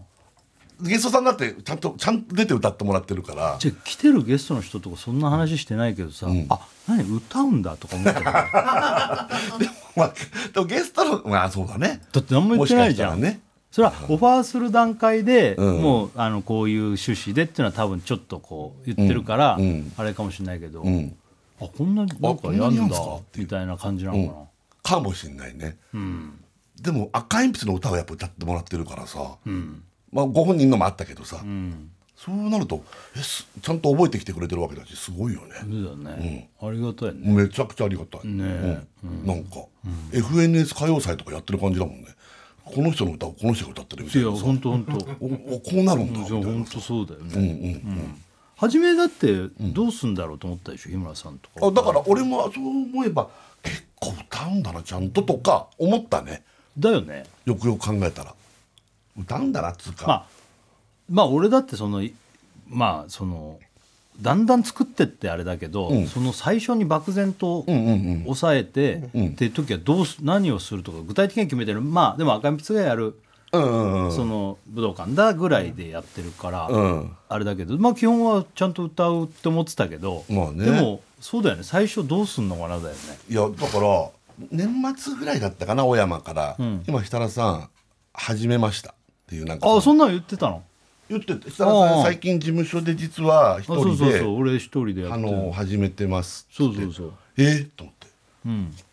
ど、ゲストさんだってちゃんとちゃんと出て歌ってもらってるから。じゃあ来てるゲストの人とかそんな話してないけどさ、あ何歌うんだと <laughs> か思ってただでもまあでもゲストのまあそうだね。って何も言ってないじゃもんしかしたらね。それはオファーする段階で、うんもうあのこういう趣旨でっていうのは多分ちょっとこう言ってるから、うんうんあれかもしれないけど、うんあこんななんかやこんなにやるんんすだかっていうみたいな感じなのかな、かもしれないね。でも赤鉛筆の歌はやっぱ歌ってもらってるからさ。まあご本人のもあったけどさ。そうなるとえすちゃんと覚えてきてくれてるわけだしすごいよね。そうだね、ありがたいねめちゃくちゃありがたい、うんなんか、FNS 歌謡祭とかやってる感じだもんねこの人の歌をこの人が歌ってるみいたいやなさ本当 <laughs> 本当おおこうなるんだみたいな本当そうだよね、うん初めだってどうすんだろうと思ったでしょ日村さんとかあだから俺もそう思えば結構歌うんだなちゃんととか思ったねだよねよくよく考えたら歌うんだなっつうか、まあまあ俺だってそのいまあそのだんだん作ってってあれだけど、その最初に漠然と抑えて、っていう時はどうす何をするとか具体的に決めてるまあでも赤鉛筆がやる、うんうんうんその武道館だぐらいでやってるから、うんあれだけどまあ基本はちゃんと歌うって思ってたけど、まあねでもそうだよね最初どうすんのかなだよねいやだから年末ぐらいだったかな小山から、今設楽さん始めましたっていうなんかあそんなの言ってたの言ってて設楽さあんあ最近事務所で実は一あそう人そうでそう俺一人でやあってるの始めてますってそうそうそうえー、と思って、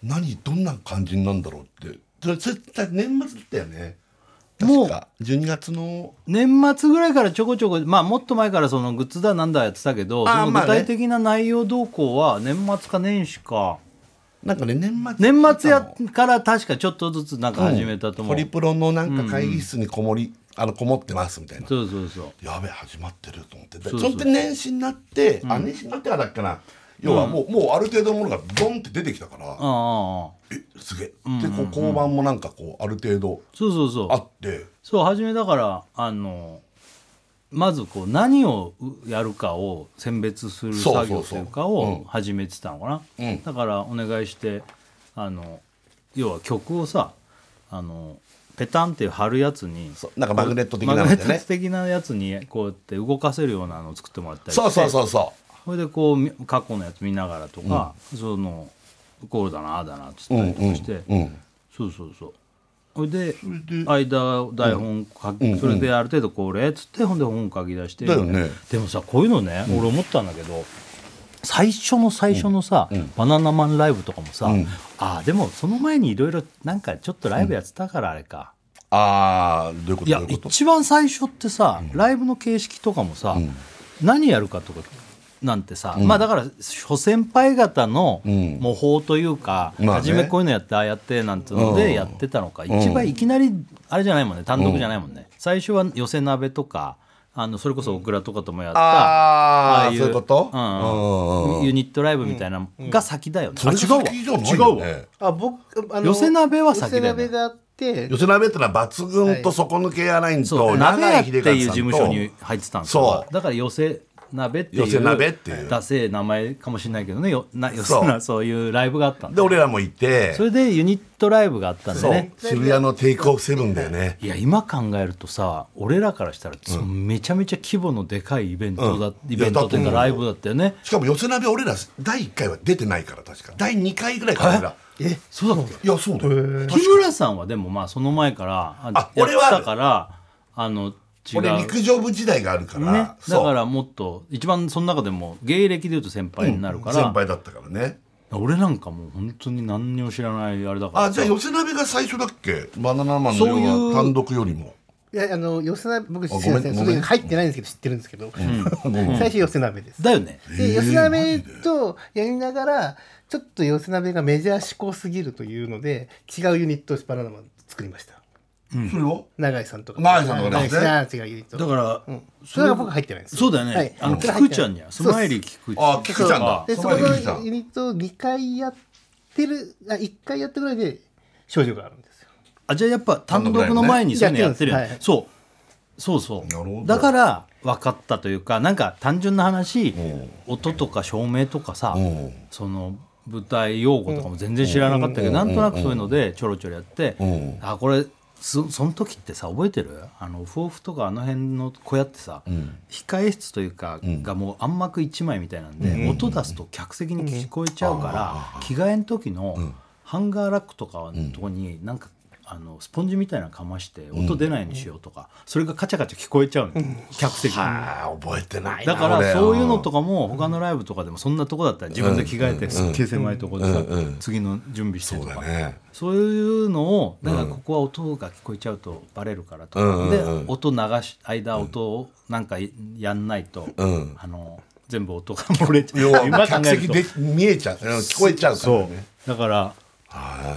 何どんな感じなんだろうってそれ絶対年末だったよね確もうか12月の年末ぐらいからちょこちょこ、まあ、もっと前からそのグッズだなんだやってたけどあーそのまあ具ね体的な内容動向は年末か年始かなんかね年末年末やから確かちょっとずつなんか始めたと思ホう、リプロのなんか会議室にこもり、あのこもってますみたいなそうそうそうやべえ始まってると思ってでそうそそうの年始になって、あ年始になってからだっけな要はもう,、もうある程度のものがドンって出てきたから、ああえすげえ、でこう交番もなんかこうある程度そうそうそうあってそう初めだからあのまずこう何をやるかを選別する作業というかそうそうそううをん始めてたのかな、うんだからお願いしてあの要は曲をさあのペタンって貼るやつにそうなんかマグネット的なマのグネでッねト的なやつにこうやって動かせるようなのを作ってもらったりしてそうそうそうそそれでこうみ過去のやつ見ながらとか、そのこうだなああだなっつっううたんうんりとかして、うんそうそうそうそれで間を台本書き、うんそれである程度これっつってほんで本書き出してだよねでもさこういうのね、俺思ったんだけど最初の最初のさ、バナナマンライブとかもさ、うんああでもその前にいろいろなんかちょっとライブやってたからあれか、ああどういうこといやどういうこと一番最初ってさ、ライブの形式とかもさ、何やるかとかなんてさ、まあだから諸先輩方のん模倣というか、まあね初めこういうのやってああやってなんていうのうでんやってたのか、一番いきなりあれじゃないもんね単独じゃないもんね、最初は寄せ鍋とかあのそれこそオクラとかともやった、ああああいそういうことうんうんうんユニットライブみたいなのが先だよね、それがあ違うわ先じゃない違うよわねあ僕あの寄せ鍋は先だよね寄せ鍋があって寄せ鍋ってのは抜群と底抜けやないんそとう鍋長屋いっ秀て和さんいうと事務所に入ってたんですよそうだから寄せ鍋っていう寄せ鍋っていうダセえ名前かもしれないけどねよな寄せそうなそういうライブがあったんでで俺らもいてそれでユニットライブがあったんでそうね渋谷のテイクオフセブンだよねいや今考えるとさ俺らからしたら、そのめちゃめちゃ規模のでかいイベントだ、うんイベントっていうかいやだと思うライブだったよねしかも寄せ鍋俺ら第1回は出てないから確か第2回ぐらいから俺らえそうだっけいやそうだよ木村さんはでもまあその前からああやっ俺はあるてたからあの違う俺陸上部時代があるかねら、そうだからもっと一番その中でも芸歴でいうと先輩になるから、先輩だったからね俺なんかもう本当に何にも知らないあれだからあじゃあ寄せ鍋が最初だっけバナナマンのそういう要は単独よりもいやあの寄せ鍋僕すごめんいませんごそめんれ入ってないんですけど知ってるんですけど、 <laughs> 最初寄せ鍋ですだよねで寄せ鍋とやりながらちょっと寄せ鍋がメジャー志向すぎるというので違うユニットをバナナマン作りましたそれを永井さんとか永井さんとかはでいすね永井さん違うユニットだから、それが僕入ってないんですそうだよね、はいあの僕ら菊入ってないちゃんじゃんスマイリー菊ちゃんあ菊ちゃんだそでそそここまので聞いたユニットを2回やってるあ1回やったぐらいで症状があるんですよあじゃあやっぱ単独の前にそういうのやってるよねやってるんですそうそうそうなるほどだから分かったというかなんか単純な話、音とか照明とかさ、んその舞台用語とかも全然知らなかったけど、なんとなくそういうのでちょろちょろやって、んあこれそその時ってさ覚えてるあのオフオフとかあの辺の小屋ってさ、控え室というかがもう暗幕一枚みたいなんで、音出すと客席に聞こえちゃうから、着替えの時のハンガーラックとかのとこになんかあのスポンジみたいなのかまして音出ないようにしようとか、それがカチャカチャ聞こえちゃうの、客席に。あー覚えてないなだから俺そういうのとかも他のライブとかでもそんなとこだったら自分で着替えてすっげえ狭いとこでさ次の準備してそとうだかねそういうのをだからここは音が聞こえちゃうとバレるからとうんうんうかんで音流し間音をなんかやんないとんあの全部音が漏れちゃ要うは今考客える席とで見えちゃう聞こえちゃうからねそうだから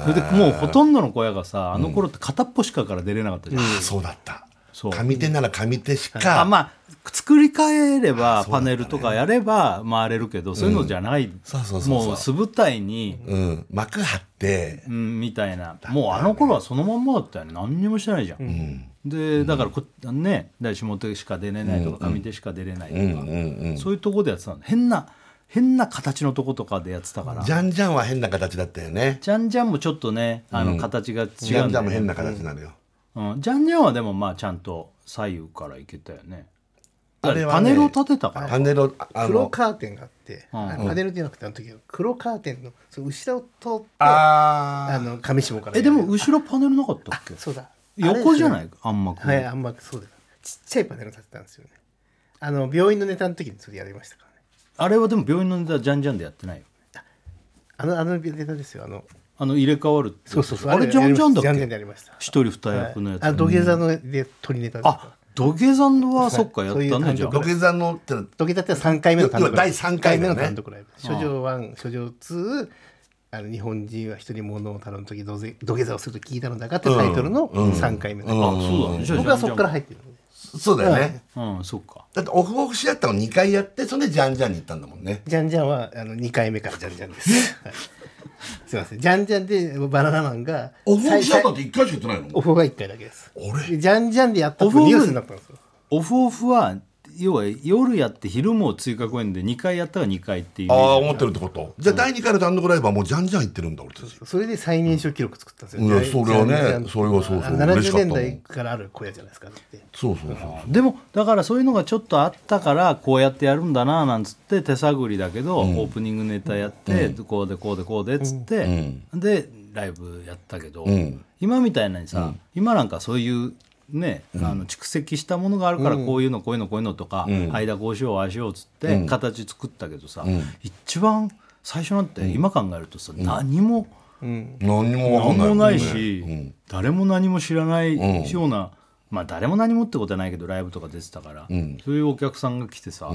それでもうほとんどの小屋がさあの頃って片っぽしかから出れなかったじゃんあそうだったそう上手なら上手しあかまあ作り変えればパネルとかやれば回れるけどそういうのじゃない、そうそうそうそうもう素舞台に、うん幕張ってうん、みたいなもうあの頃はそのまんまだったよね何にもしてないじゃん、でだからこ、ねだから下手しか出れないとか上手しか出れないとか、そういうとこでやってたの変な変な形のとことかでやってたからジャンジャンは変な形だったよねジャンジャンもちょっとねあの形が違うんだジよャねンジャンも変な形なのようん、ジャンジャンはでもまあちゃんと左右からいけたよねあれはねパネルを立てたからパネルをああ黒のカーテンがあって、んあのパネルじゃなくてあの時は黒カーテンのその後ろを通ってああの上下からえでも後ろパネルなかったっけそうだ横じゃないいあんまこう、はいあんまそうだちっちゃいパネル立てたんですよねあの病院のネタの時にそれやりましたからねあれはでも病院のネタじゃんじゃんでやってないよあのあのネタですよあのあの入れ替わるってそうそうそうあれじゃんじゃんだっやりましたジャンジャンでけ一人やりました二役のやつ、はいあ土下座ので鳥ネタですあ土下座のはそっかやっそういたうね単じゃあ独土下座のっての土下座って3回目の単独ラ要はイブ第三回だよねの単独ライブ諸女1諸女2あの日本人は一人物を頼む時土下土下座をすると聞いたのだがってタイトルの3回目の、あそうだねじゃあ僕はそこから入ってるのでそうだよね。うんそっかだってオフオフしだったの2回やって、それでジャンジャンに行ったんだもんね。ジャンジャンはあの2回目からジャンジャン <laughs> です。はいすいません。ジャンジャンでバナナマンがオフオフしだった最のって1回しかやってないのオフが1回だけです。あれでジャンジャンでやったとオフオフニュースになったんですよ。オフオフは要は夜やって昼も追加公演で2回やったら2回っていうイメあージあ、思ってるってこと。じゃあ第2回の単独ライブはもうジャンジャン行ってるんだ、俺たち。それで最年少記録作ったんですよ。うんいやそれはねジャンジャンってそれはそうそうあの嬉し70かった年もん代からある小屋じゃないですか。だってそうそうそう。でもだからそういうのがちょっとあったからこうやってやるんだななんつって手探りだけど、オープニングネタやって、こうでこうでこうでっつって、でライブやったけど、ん今みたいなにさ、今なんかそういうね、あの蓄積したものがあるからこういうのこういうのこういうのとか、間こうしようああしようっつって形作ったけどさ、一番最初なんて今考えるとさ、何も何もわか何んないもんね。ないし、うん誰も何も知らないうんような、まあ誰も何もってことはないけどライブとか出てたから、んそういうお客さんが来てさ、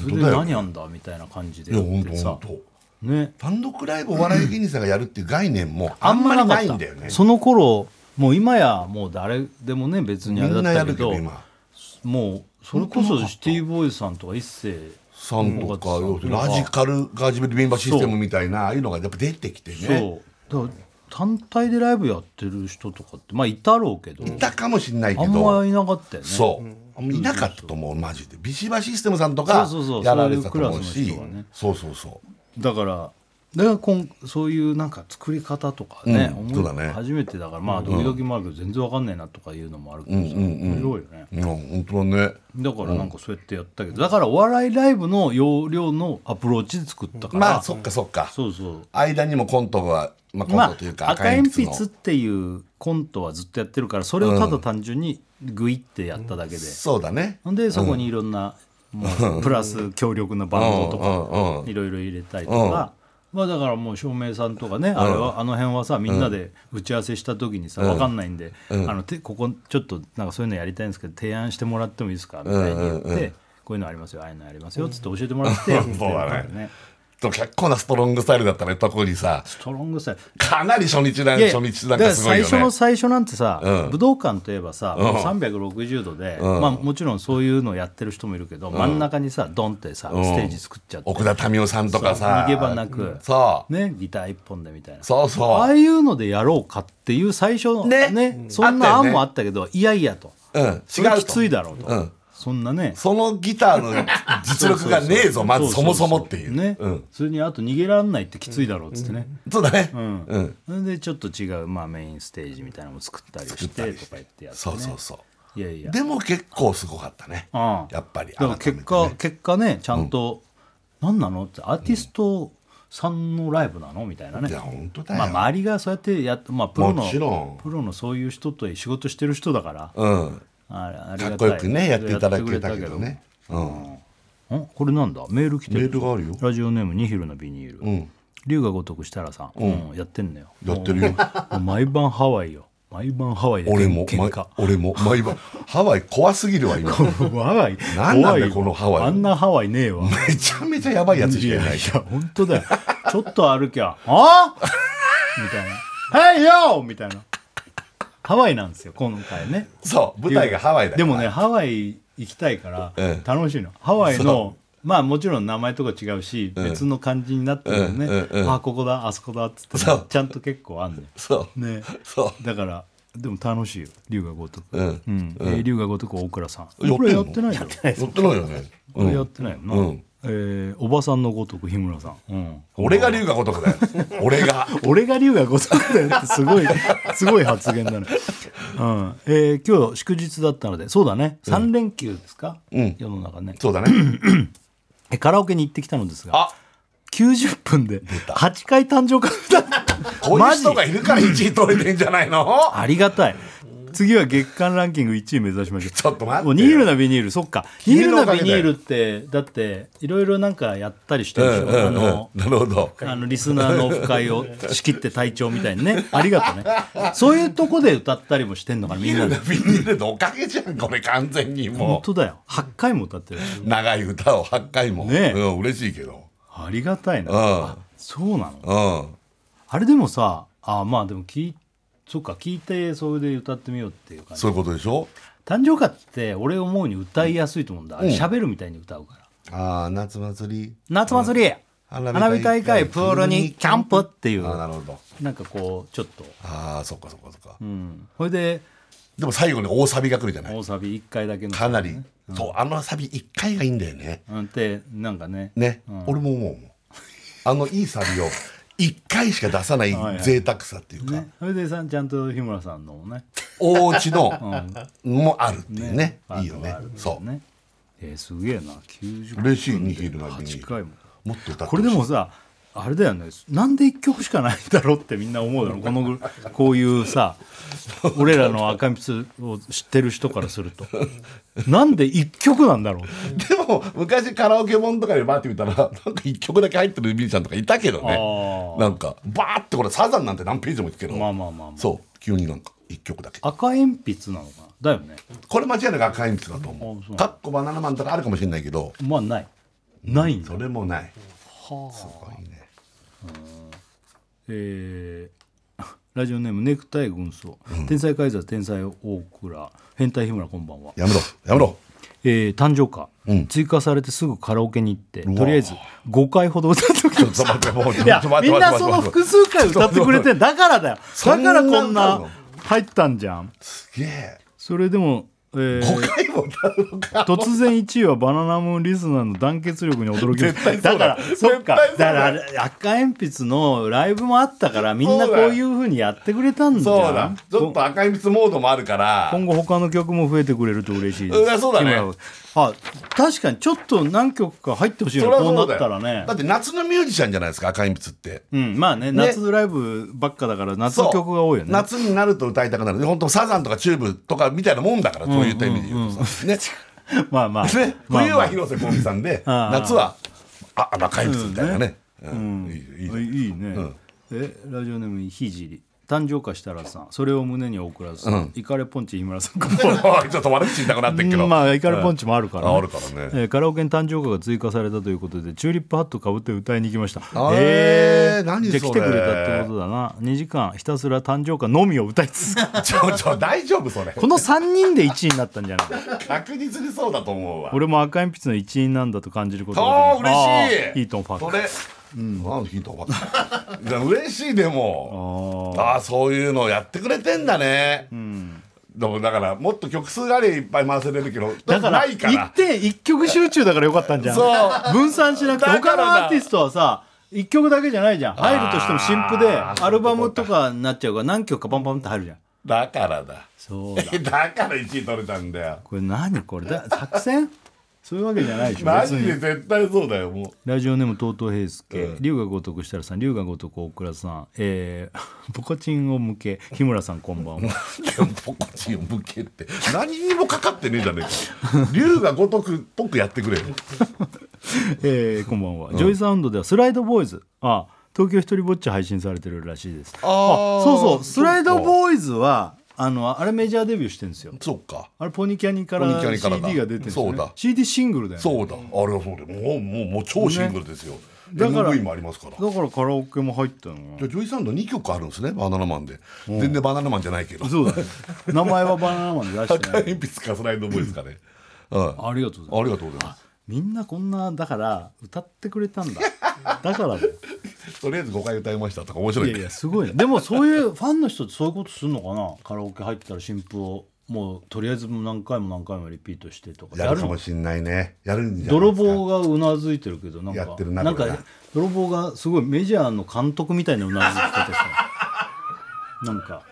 それ本当でだよ何やんだみたいな感じでいや、やほっんとてほさんと。ね単独ライブお笑い芸人さんがやるっていう概念もあんまりかなったいんだよね。その頃もう今やもう誰でもね別にみあれんだっなやたけるけどど今。もうそれこ本当なかっそたシティボーイズさんとか一世さんとか、うん要するにラジカルが始めるメンバーシステムみたいな、ああいうのがやっぱ出てきてね。そうだから単体でライブやってる人とかってまあいたろうけどいたかもしれないあけんまど、いなかったよねそう。いなかったと思う、マジで。ビシバシステムさんとかそうそうそうやられてたと思うそういうしクラスの人がね、そうそうそう。だからだからこんそういうなんか作り方とかね,うん思い、そうだね初めてだからまあドキドキもあるけど全然わかんないなとかいうのもあるけどさ、面白いよねいや、本当だね。だからなんかそうやってやったけどだからお笑いライブの要領のアプローチで作ったから、まあ、そっかそっか。そうそう間にもコントが、まあ、コンまトというあか、赤鉛筆っていうコントはずっとやってるからそれをただ単純にグイってやっただけで、そうだね。ほんでそこにいろんな、もうプラス強力なバンドとかうんうんうんいろいろ入れたりとか、まあだからもう照明さんとかね、あれはあの辺はさみんなで打ち合わせした時にさ、わかんないんで、あのてここちょっとなんかそういうのやりたいんですけど提案してもらってもいいですかみたいに言って、こういうのありますよああいうのありますよっつって教えてもらってやってるからそうだね。でも結構なストロングスタイルだったね、特にさ。ストロングさかなり初日だいやね、初日なんかすごいよね。だから最初の最初なんてさ、うん武道館といえばさ、もう360度で、まあ、もちろんそういうのやってる人もいるけど、真ん中にさドンってさ、うんステージ作っちゃって奥田民生さんとかさ逃げ場なく、そう、ね、ギター一本でみたいなそうそうああいうのでやろうかっていう最初のねねそんなあったよね案もあったけどいやいやと、うんそれ違うときついだろうと、うんそんなねそのギターの実力がねえぞまずそもそもっていうね、うん、それにあと逃げられないってきついだろうっつってね、そうだね、うんうんそれでちょっと違う、まあ、メインステージみたいなのも作ったり作しったてりしてとか言ってやって、そね、うそうそういやいやでも結構すごかったねうんやっぱりだから改め結て果、ね結果ねちゃんと、何なのってアーティストさんのライブなのみたいなねいや本当だよ、まあ、周りがそうやってやっ、まあ、プロのもちろんプロのそういう人と仕事してる人だから、うん、あれありがかたっこよくねやっていただけやたってけくれどねうんんこれなんだメール来てるメールがあるよラジオネームニヒルのビニール、ん龍が如く設楽さん、うんやってんのよやってるよもう毎晩ハワイよ毎晩ハ <laughs> ワイで俺も、喧嘩ま俺も毎晩ハワイ怖すぎるわ今ハワイなんなんだ怖いこのハワイあんなハワイねえわめちゃめちゃやばいやつしいかやいないいや本 <laughs> 当だよちょっと歩きゃ「あみたいな「はいよ!」みたいなハワイなんですよ今回ねそう舞台がハワイだからでもねハワイ行きたいからうん楽しいの、ハワイそのまあもちろん名前とか違うし、別の感じになってるよね、うんうんうんあここだあそこだっつってそうちゃんと結構あんねそう、ねそうだからでも楽しいよ龍が如くうんうんえー龍が如く大倉さんやってんのこれやってないよ乗ってないよね、これやってないよな、うんえーおばさんの如く日村さん、うん俺が龍が如くだよ俺が俺が龍がござくだよって <laughs> すごいすごい発言だね、うんえー今日祝日だったのでそうだね3連休ですか、世の中ねそうだねえカラオケに行ってきたのです <clears throat> があ90分で8回誕生会だこういう人がいるから1位取れてんじゃないのありがたい次は月間ランキング1位目指しましょうちょっと待ってよもうニールなビニールそっかニー君のおルかなげビだニよールってだっていろいろなんかやったりしてうるでしんうんょ、うんあのなるほどあのリスナーのオフ会を仕切って隊長みたいにね <laughs> ありがとうねそういうとこで歌ったりもしてんのかなみんなでビニールのおかげじゃんこれ完全に本も当だよ8回も歌ってるう長い歌を8回も、ねうえん、嬉しいけどありがたいなうんあそうなうのんあれでもさあまあでも聞いそっか聞いてそれで歌ってみようっていう感じそういうことでしょ誕生歌って俺思うに歌いやすいと思うんだあれうん喋るみたいに歌うからああ夏祭り夏祭り花花火大会火大会プールにキャンプっていうあーなるほどなんかこうちょっとああそっかそっかそっか、うんそれででも最後に大サビが来るじゃない大サビ1回だけのかなり、そうあのサビ一回がいいんだよねうんってなんかねね、俺も思うもんあのいいサビを一回しか出さないはいはい贅沢さっていうか、ねそれでさちゃんと日村さんのもねお家の、もあるっていうねいいよねパートがあるんだそうねえーすげえな90嬉しいニヒールがビニール8回ももっと歌ってほしいこれでもさあれだよねなんで1曲しかないんだろうってみんな思うだろこの <laughs> ぐこういうさ俺らの赤鉛筆を知ってる人からするとなんで1曲なんだろう <laughs> でも昔カラオケ本とかでバーって見たらなんか一曲だけ入ってるミリちゃんとかいたけどあねーなんかバーってこれサザンなんて何ページもいくけど、まあまあまあまあそう急になんか一曲だけ赤鉛筆なのかなだよねこれ間違いなく赤いんですだと思あうそうかっこバナナマンとかあるかもしれないけどまあないないんだそれもないはあすごいねえーラジオネームネクタイ軍曹、天才カイザー天才大倉変態日村こんばんはやめろやめろえー誕生歌、うん追加されてすぐカラオケに行ってうわとりあえず5回ほど歌って <laughs> きまちょっと待ってもうしちょったいやと待ってみん待ってなその待って複数回歌ってくれてだからだよそだんなからこんななの入ったんじゃんすげえそれでも、えー5回も歌うのか <laughs> 突然1位はバナナムーンリスナーの団結力に驚きま絶対しそうだただからそっか絶対そうだだから赤鉛筆のライブもあったからみんなこういうふうにやってくれたんじゃんそうだちょっと赤い蜜モードもあるから今後他の曲も増えてくれると嬉しいでうすんそうだね日村あ確かにちょっと何曲か入ってほしいそよりゃねこそうなうだっよたらねだって夏のミュージシャンじゃないですか赤い蜜ってうんまあね夏ライブばっかだから夏の曲が多いよね夏になると歌いたくなる本当サザンとかチューブとかみたいなもんだからそういった意味で言うとさ、ねまあまあ <laughs> ねまあ冬は広瀬香美さんでああ夏はあ赤い蜜みたいなね、うんいいいいいいね、えラジオネームひじり誕生花設楽さんそれを胸に送らず、うんイカレポンチ日村さんこんばんはおい <laughs> ちょっと悪口言いたくなってっけど、うんまあイカレポンチもあるから、ああるからねえーカラオケに誕生歌が追加されたということでチューリップハットかぶって歌いに行きましたあーへ何じゃあそ来れてくれたってことだな2時間ひたすら誕生歌のみを歌い <laughs> 続 <laughs> けちょちょ大丈夫それこの3人で1位になったんじゃない確実にそうだと思うわ俺も赤鉛筆の一員なんだと感じることあがあ嬉しいヒートンファッそクれ、うん、なんでヒートンファックいや <laughs> 嬉しいでもああそういうのやってくれてんだね、でもだからもっと曲数がありゃいっぱい回せれるけどだからないか一ら点一曲集中だからよかったんじゃんそう分散しなくてだからだ他のアーティストはさ一曲だけじゃないじゃん入るとしても新譜であーアルバムとかになっちゃうから何曲かパンパンって入るじゃんだからだそうだだから1位取れたんだよこれ何これだ作戦 <laughs> そういうわけじゃないでしょマ別ジでに絶対そうだよもラジオネームとうとう平介、うん龍が如く設楽さん龍が如く大倉さんえ <laughs> ー、ポコチンを向け日村さんこんばうんはでもポコチンを向けって何にもかかってねえじゃねえか龍が如くっぽくやってくれよ <laughs> えーこんばんは、ジョイサウンドではスライドボーイズあ東京ひとりぼっち配信されてるらしいですああーそうそうスライドボーイズはあのあれメジャーデビューしてるんですよそうかあれポニキャニからポニキャニからだ CD が出てるんですそよ、うねだ、 CD シングルだよ、ね、そうだあれはそうだよもうもうもう超シングルですよ、だから MV もありますからだからカラオケも入ったのじゃあジョイサウンド2曲あるんですねバナナマンで全然バナナマンじゃないけどそうだね名前はバナナマンで出して赤 <laughs> ないい鉛筆かスライドボーイですかね、うん、あありがとうございりますがとうございますみんなこんなだから歌ってくれた <laughs> んだだからだよとりあえず5回歌いましたとか面白いいねやいやすごいねでもそういうファンの人ってそういうことするのかなカラオケ入ったら新譜をもうとりあえずもう何回も何回もリピートしてとかやるかのもしんないねやるんじゃないで泥すか棒がうなずいてるけどなんかやってるななんこれかな泥棒がすごいメジャーの監督みたいなうなずき方さなんか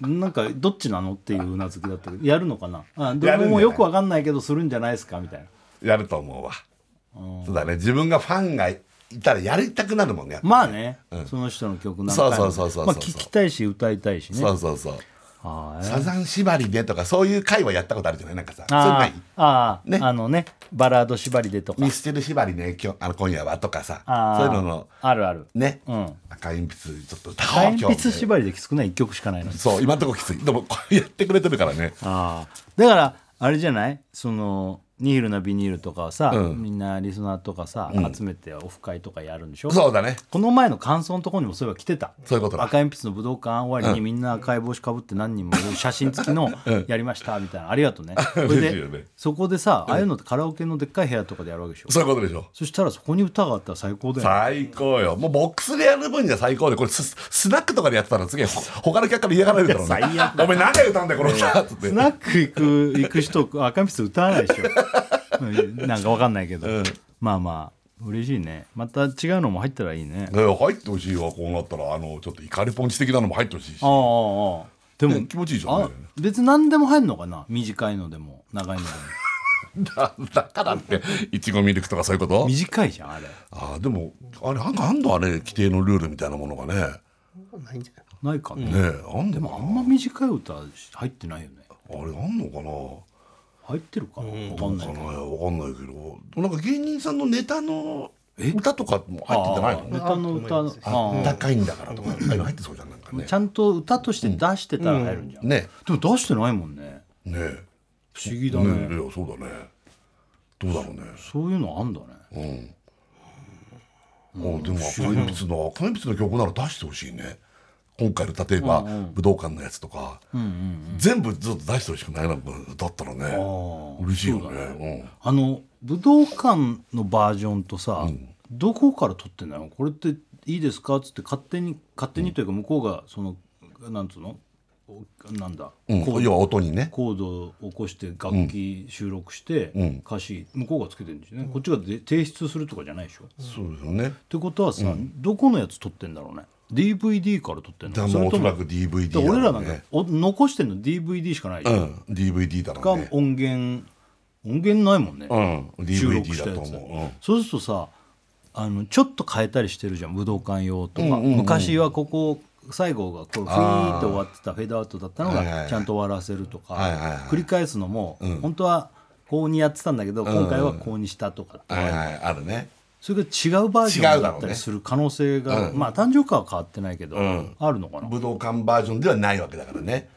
なんかどっちなのっていううなずきだったけどやるのかなあや泥るんじゃない棒もよくわかんないけどするんじゃないですかみたいなやると思うわ、そうだね自分がファンがいたらやりたくなるもんね、まあね、その人の曲なんかそうそうそうそうそうまあ聞きたいし歌いたいしねそうそうそうはいサザン縛りでとかそういう会話やったことあるじゃないなんかさそういうのなあいあああ、ねあのねバラード縛りでとかミスチル縛りね今日あの今夜はとかさああそういうののあるあるね、うん赤鉛筆ちょっと歌おう鉛今日筆縛りで少ない一曲しかないのにそう今んとこきついでもこれやってくれてるからねああだからあれじゃないそのニヒルなビニールとかさ、うんみんなリスナーとかさ、集めてオフ会とかやるんでしょそうだねこの前の感想のところにもそういえば来てたそういうことだ赤鉛筆の武道館終わりにみんな赤い帽子かぶって何人も写真付 <laughs> きのやりましたみたいなありがとうねそれ嬉しいよでねそこでさああいうのってカラオケのでっかい部屋とかでやるわけでしょそういうことでしょそしたらそこに歌があったら最高だよね最高よもうボックスでやる分には最高でこれススナックとかでやってたら次ほ他の客から嫌がられるだろうね最悪お前何回歌うんだよこの歌っつってスナック行く行く人赤鉛筆歌わないでしょうんなんかわかんないけど、まあまあ嬉しいねまた違うのも入ったらいいね、ああね入ってほしいわこうなったらあのちょっと怒りポンチ的なのも入ってほしいしあああでも、ね気持ちいいじゃんねあ別に何でも入るのかな短いのでも長いの <laughs> でだだからっていちごミルクとかそういうことも短いじゃんあれあーでもあれなんかあんのあれ規定のルールみたいなものがねねないんじゃなないいかね、えあんでのもあかんま短い歌入ってないよねなあれあんのかな入ってるかな分かんないかけどなわかんないけどなんか芸人さんのネタの歌とかも入ってんじゃないのネタの歌のああ高いんだからとかああいうの入ってそうじゃんなんかーねちゃんと歌として出してたら入るんじゃん、ねでも出してないもんねね不思議だねねいやそうだねどうだろうねそういうのあんだねあでも赤鉛筆の赤鉛筆の曲なら出してほしいね今回の例えば、武道館のやつとか、全部ずっと出してほしくないなだったらね嬉しいよねあの武道館のバージョンとさ、どこから撮ってんのこれっていいですかっつって勝手に勝手にというか向こうがそのなんつうのおなんだ、うん、うん、コード要は音にねコードを起こして楽器収録して、ん歌詞向こうがつけてるんですよね、こっちがで提出するとかじゃないでしょ、っそうですよねてことはさ、どこのやつ撮ってんだろうね DVD から撮ってんだのからもうおとそもらく DVD だから俺らなんかねお残してんの DVD しかないでしうょ、ん DVD だろかうね音源音源ないもんね、うん収録し DVD ただやとつ、思そうするとさあのちょっと変えたりしてるじゃん武道館用とか、昔はここ最後がこうフィーって終わってたフェードアウトだったのはいはいはがいちゃんと終わらせるとか、はいはいはい繰り返すのも、本当はこうにやってたんだけど、今回はこうにしたとかって、う、うん、はいはいあるねそれが違うバージョンだっ違うだろたうりねする可能性が、まあ誕生感は変わってないけど、あるのかな武道館バージョンではないわけだからね、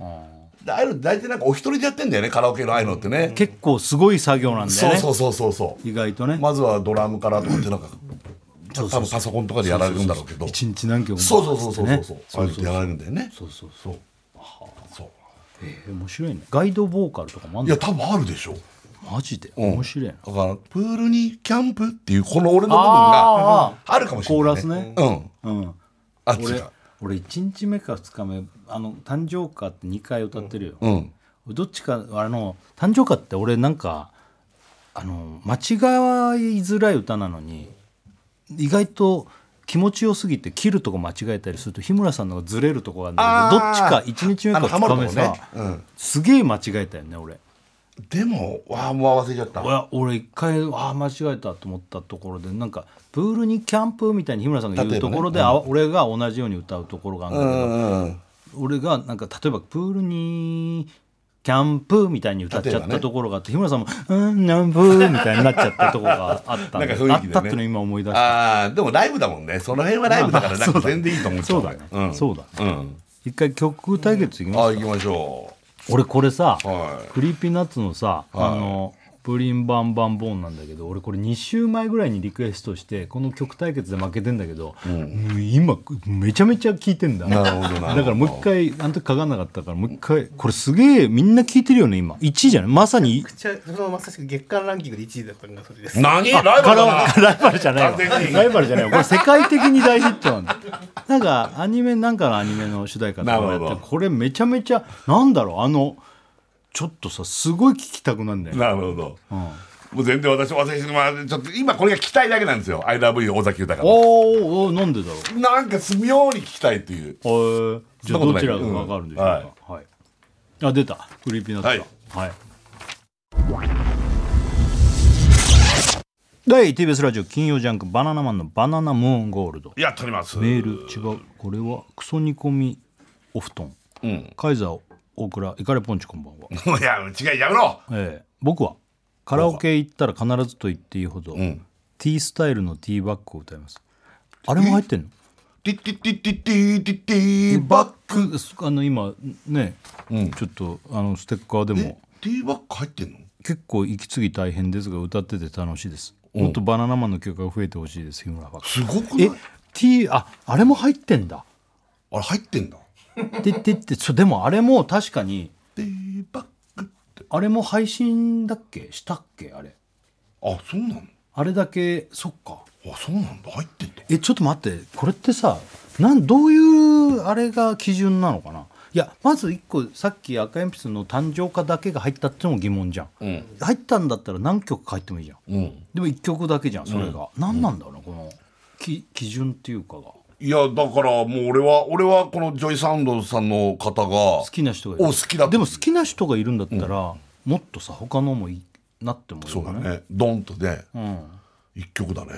でああいうの大体なんかお一人でやってんだよねカラオケのああいうのってね、結構すごい作業なんだよそうねそうそうそうそう意外とね、まずはドラムからとかってなんか多分パソコンとかでやられるんだろうけど一日何曲もそうそうそうそうねそうそうああいうのってやられるんだよねそうそうそうそうえー面白いねガイドボーカルとかもあんいのや多分あるでしょマジでうん面白いな、だからプールにキャンプっていうこの俺の部分あーがあるかもしれない、コーラスねうんうん、あっち俺が俺1日目か2日目あの誕生歌って2回歌ってるよ、うんどっちかあの誕生歌って俺なんかあの間違いづらい歌なのに意外と気持ちよすぎて切るとこ間違えたりすると日村さんのがずれるとこがあるんだけどどあっーちか1日目かあのハモ2る日と目こさ、ねうんすげえ間違えたよね俺。でもわあもう忘れちゃったいや俺一回ああ間違えたと思ったところでなんかプールにキャンプみたいに日村さんが言うところで、例えあ俺が同じように歌うところがあるんだうけど、んうん俺がなんか例えばプールにキャンプみたいに歌っちゃ例っえばたねところがあって、日村さんも「うんキャンプ」みたいになっちゃったところがあったんなんか雰で囲気でねあったっていうのを今思い出したああでもライブだもんねその辺はライブだからなんか全然いいと思っちゃそううだね、そうだねうん一回曲対決いきあまあす行きましょ俺これさ、はいクリーピーナッツのさ、あのプリンバンバンボーンなんだけど俺これ2週前ぐらいにリクエストしてこの曲対決で負けてんだけど、うん今めちゃめちゃ聴いてんだなるほどなるほどだからもう一回あの時かかんなかったからもう一回これすげえみんな聴いてるよね今1位じゃないまさにじゃあそのまさしく月間ランキングで1位だったのがそれですう何ライブカだラなオケ <laughs> ライバルじゃないわ完全にライバルじゃないわこれ世界的に大ヒットなんだなんかアニメなんかのアニメの主題歌とかもやってなるほどこれめちゃめちゃなんだろうあのちょっとさすごい聴きたくなんだよねなるほど、もう全然私私、まあ、ちょっと今これが聞きたいだけなんですよ「ILOVEYOU 尾崎豊」がおーおーなんでだろうなんか妙に聞きたいっていうえーじゃあそんなことどないちらがわかるんでしょうか、はいあ出たクリーピーナッツだはい、第 TBS ラジオ金曜ジャンク「バナナマンのバナナムーンゴールド」やっておりますメール違うこれはクソ煮込みお布団、カイザー大倉イカレポンチこんばんは、いや違いやめろええ僕はカラオケ行ったら必ずと言っていいほど、ティースタイルのティーバッグを歌いますあれも入ってんのティッティッティッティッティッティッティーバッククあの今ね、ちょっとあのステッカーでもティーバック入ってんの結構息継ぎ大変ですが歌ってて楽しいですもっとバナナマンの曲が増えてほしいです日村はすごくなえい T ああれも入ってんだあれ入ってんだででってそうでもあれも確かにでバックってあれも配信だっけしたっけあれあそうなのあれだけそっかあそうなんだ入ってんだえちょっと待ってこれってさなんどういうあれが基準なのかないやまず一個さっき赤鉛筆の誕生歌だけが入ったってのも疑問じゃん、入ったんだったら何曲か入ってもいいじゃんうんでも1曲だけじゃんそれが、何なんだろうなこのき基準っていうかがいやだからもう俺は俺はこのジョイサウンドさんの方が好好きな人がいおる好きだとでも好きな人がいるんだったら、もっとさ他のもいいなってもいいそようだねドンとねうん、一曲だね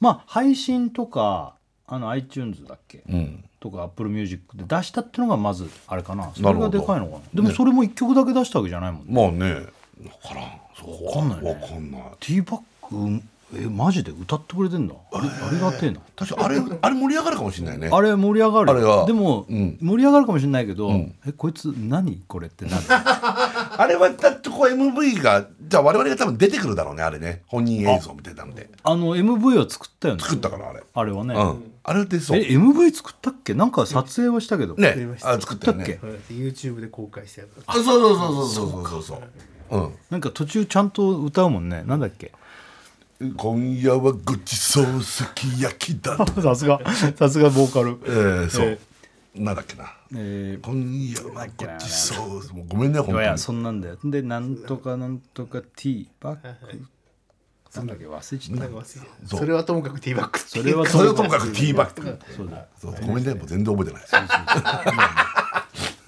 まあ配信とかあの iTunes だっけ、うんとか Apple Music で出したってのがまずあれかなそなれるほがどでかいのかなでもそれも1曲だけ出したわけじゃないもんねまあね分からんそうわかんないねわかんない T バックうんえマジで歌ってくれてんだあれありがてえな確かあれあれ盛り上がるかもしれないねあれ盛り上があるれはよでも、うん盛り上がるかもしれないけど、えこいつ何これってなる <laughs> あれはだってこう MV がじゃあ我々が多分出てくるだろうねあれね本人映像みたいなのであの MV は作ったよね作ったからあれあれはね、うんあれでそうえね MV 作ったっけなんか撮影はしたけど、りましたあ作ったよね作はい YouTube で公開してやるあそうそうそうそうそうそうそうなんか途中ちゃんと歌うもんねなんだっ <laughs> けうん今夜はごちそうすき焼き <laughs> だとさすがさすがボーカルえーそうなんだっけなえー今夜はごちそうもうごめんね本い当やいやにそんなんだよでなんとかなんとか T バックなんだっけ忘れちゃったそうそれはともかくティーバックってそれはそれはともかくティーバックそうだそうごめんねもう全然覚えてない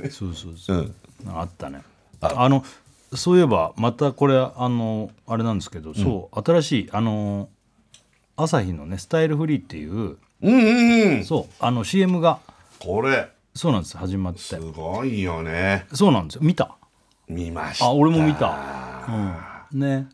ですそうそうそう、うんなんかあったねあのそういえばまたこれあのあれなんですけど、そう新しいあの朝日のね「スタイルフリー」っていううんうんうんそうあの CM がこれそうなんです始まってすごいよねそうなんですよ見た見ましたあ俺も見た、うん、ね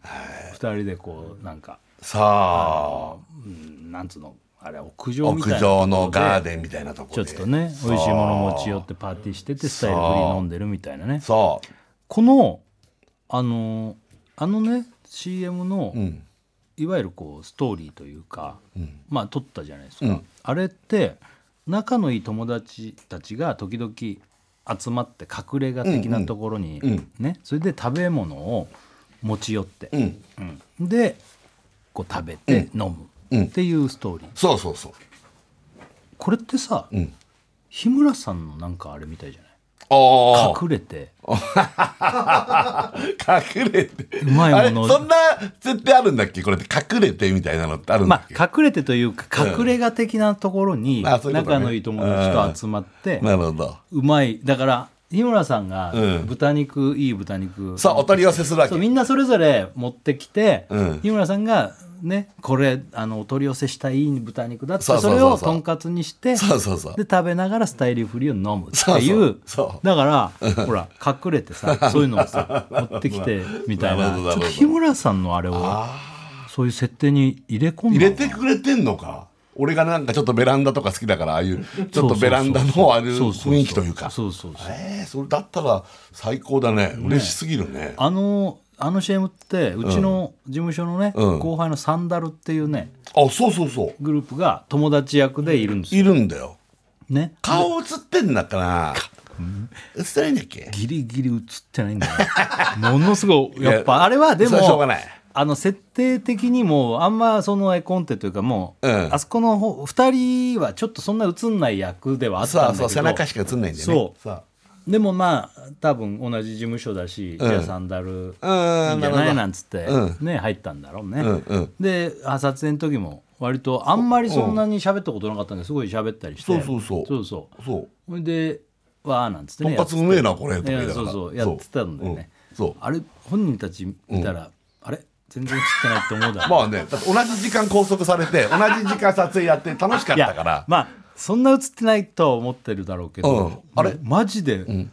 二人でこうなんか、さあうん、なんつうのあれ屋上みたい屋な上のガーデンみたいなとこちょろっでとね美味しいもの持ち寄ってパーティーしててスタイルフリー飲んでるみたいなねそこのあのあのね CM の、ううんいわゆるこうストーリーというか、うんまあ撮ったじゃないですか、うんあれって仲のいい友達たちが時々集まって隠れ家的なところに、うんうんね、それで食べ物を持ち寄って、うんうんでこう食べて飲うんむっていうストーリー、そうそうそうこれってさ、うん日村さんのなんかあれみたいじゃないあ隠れてあ隠れてうまあれいものそんな絶対あるんだっけこれって隠れてみたいなのってあるんだまっけ、あ、隠れてというか隠れ家的なところにあそういうことね仲のいい友達と集まってなるほどうまいだから日村さんがうん豚肉、いい豚肉さあお取り寄せするわけそうみんなそれぞれ持ってきて、うん日村さんがねこれあのお取り寄せしたいい豚肉だってそそうそうそうれそうをとんかつにしてそうそうそうで食べながらスタイリーフリーを飲むっていそううそうそうだからほら隠れてさそういうのをさ持ってきてみたいななるほちどょなっるほとど日村さんのあれをそういう設定に入れ込ん入だれのかてなくれてんのか俺がなんかちょっとベランダとか好きだからああ <laughs> いうちょっとベランダのあるそうそうそう雰囲気というかそうそうそうえー、それだったら最高だね嬉しすぎるねあのあの CM ってうちの事務所のね、うん後輩のサンダルっていうねあそうそうそうグループが友達役でいるんですいよ、るんだよね顔映ってんだから映ってないんだっけギリギリ映ってないんだよ <laughs> ものすごいやっいやぱあれはでそもれはしょうがないあの設定的にもうあんまその絵コンテというかもう、うんあそこの方2人はちょっとそんな映んない役ではあったんそうだけどそう背中しか映んないんだよねそうそうでもまあ多分同じ事務所だし、じゃあサンダルいいんじなゃるほどないなんつって、うね入ったんだろうね、うんうんであ撮影の時も割とあんまりそんなに喋ったことなかったんですごい喋ったりしてそうそうそうそうそそうほいでわーなんつってとねんかつうめえなこれとかい言いながやそらうそうやってたんだよね、うんそうあれ本人たち見たら、あれ全然映ってないって思うだろう <laughs> まあねだって同じ時間拘束されて同じ時間撮影やって楽しかっいたからやまあそんな映ってないとは思ってるだろうけど、うんあれマジで、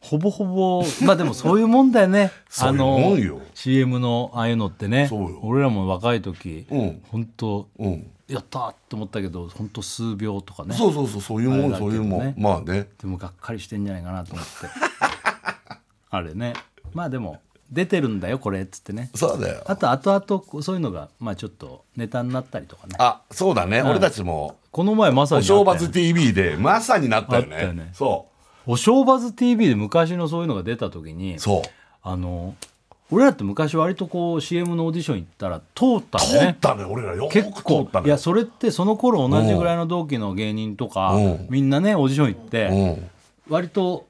ほぼほぼまあでもそういうもんだよね <laughs> そういうもんよあの CM のああいうのってねそうよ俺らも若い時、うん本当、うんやったーって思ったけど本当数秒とかねそうそうそうそういうもんあれだけそうどねいうもんまあね <laughs> でもがっかりしてんじゃないかなと思ってあれねまあでも出てるんだよこれっつってねそうだよあと後々こうそういうのがまあちょっとネタになったりとかねあそうだね、俺たちもこの前「まさおにあったよ正ね月 TV」でまさになったよねあったよねそお正月 TV で昔のそういうのが出た時にうそうあの俺らって昔割とこう CM のオーディション行ったら通ったん通だねったね俺らよく通結構ったねいやそれってその頃同じぐらいの同期の芸人とかうんみんなねオーディション行っうてん割と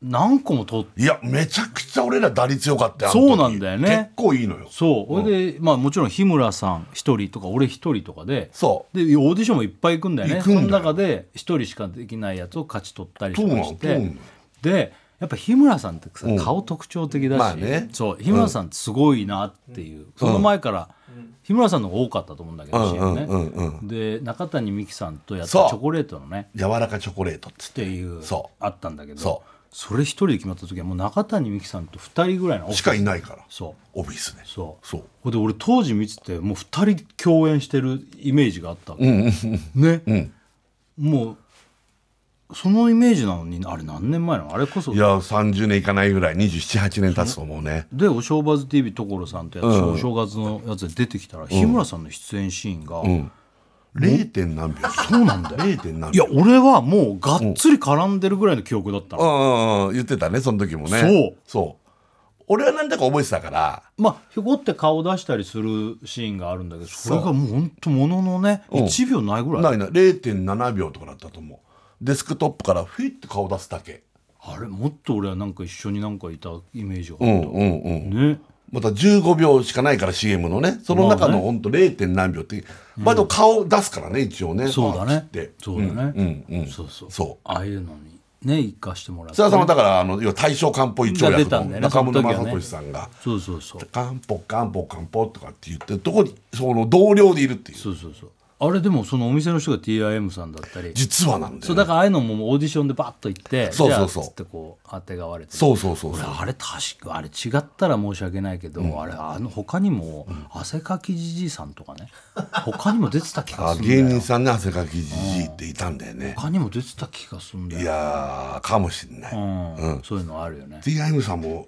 何個も通っていやめちゃくちゃ俺ら打率良かったよあの時そうなんだよね結構いいのよそうほいでまあもちろん日村さん一人とか俺一人とかでそでオーディションもいっぱい行くんだよね行くんだよその中で一人しかできないやつを勝ち取ったりとかしそうなのそうなてのでやっぱ日村さんってさうん顔特徴的だし、まあねそう日村さんってすごいなっていう、その前から日村さんの方が多かったと思うんだけど、うん CM ね、うんうんうで中谷美紀さんとやったチそうョコレートのねう柔らかチョコレートっつっってていうそうあったんだけどそうれ一人で決まった時はもう中谷美紀さんと二人ぐらいのしかいないからそうオフィスねそうそうほんで俺当時見ててもう2人共演してるイメージがあったわけね、もうそのイメージなのにあれ何年前なのあれこそいや30年いかないぐらい278年経つと思うねで「お正月 TV 所さん」とやつ、お正月のやつで出てきたら、日村さんの出演シーンが、 0. 点何秒そうなんだよ 0. 点何いや秒俺はもうがっつり絡んでるぐらいの記憶だったうの、んうんうん言ってたねその時もねそうそう俺はなんだか覚えてたからまあひょこって顔出したりするシーンがあるんだけどそれがもうほんともののね、うん1秒ないぐらいないない0.7秒とかだったと思うデスクトップからフィッて顔出すだけあれもっと俺はなんか一緒になんかいたイメージがあうんった、うんうんねまた15秒しかないから CM のねその中まのあねほんと 0. 点何秒ってまだ顔出すからね一応ねそうだパーンっねて。そうだね。うんうんそうそう。そうああいうのにね生かしてもらって。津田さんはだからあの要は大正漢方一丁が出薬たのんだよね中そ村の時は雅ね俊さんがそうそうそ「う漢方漢方漢方」とかって言ってるとこにその同僚でいるっていうそうそうそう。あれでもそのお店の人が TIM さんだったり。実はなんだよ、そうだね、からああいうのもオーディションでバッと行ってそうそうそうじゃあっつってこうあてがわれてそうそうそうそう俺あれ確かあれ違ったら申し訳ないけど、あれあの他にも汗かきじじいさんとかね他にも出てた気があするんだ芸人よさんね汗かきじじいっていたんだよね他にも出てた気がするんだいよ、やーかもしんない、うんそういうのあるよね DIM さんも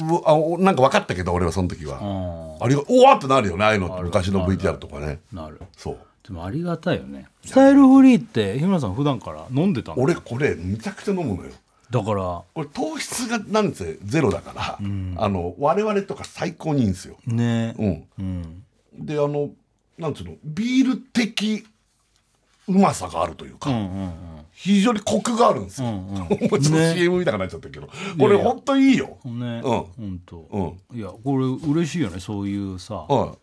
ううあおなんか分かったけど俺はその時は、あれがおわってなるよねああいうのって昔の VTR とかねなるそうでもありがたいよねスタイルフリーって日村さん普段から飲んでたの俺これめちゃくちゃ飲むのよだからこれ糖質がなんせゼロだから、あの我々とか最高にいいんですよねうん、であのなんつうのビール的うまさがあるというか、非常にコクがあるんですよ、 <laughs> もうちょっと CM みたくなっちゃったけど、これほんといいよ、ねうん本当いやこれ嬉しいよねそういうさは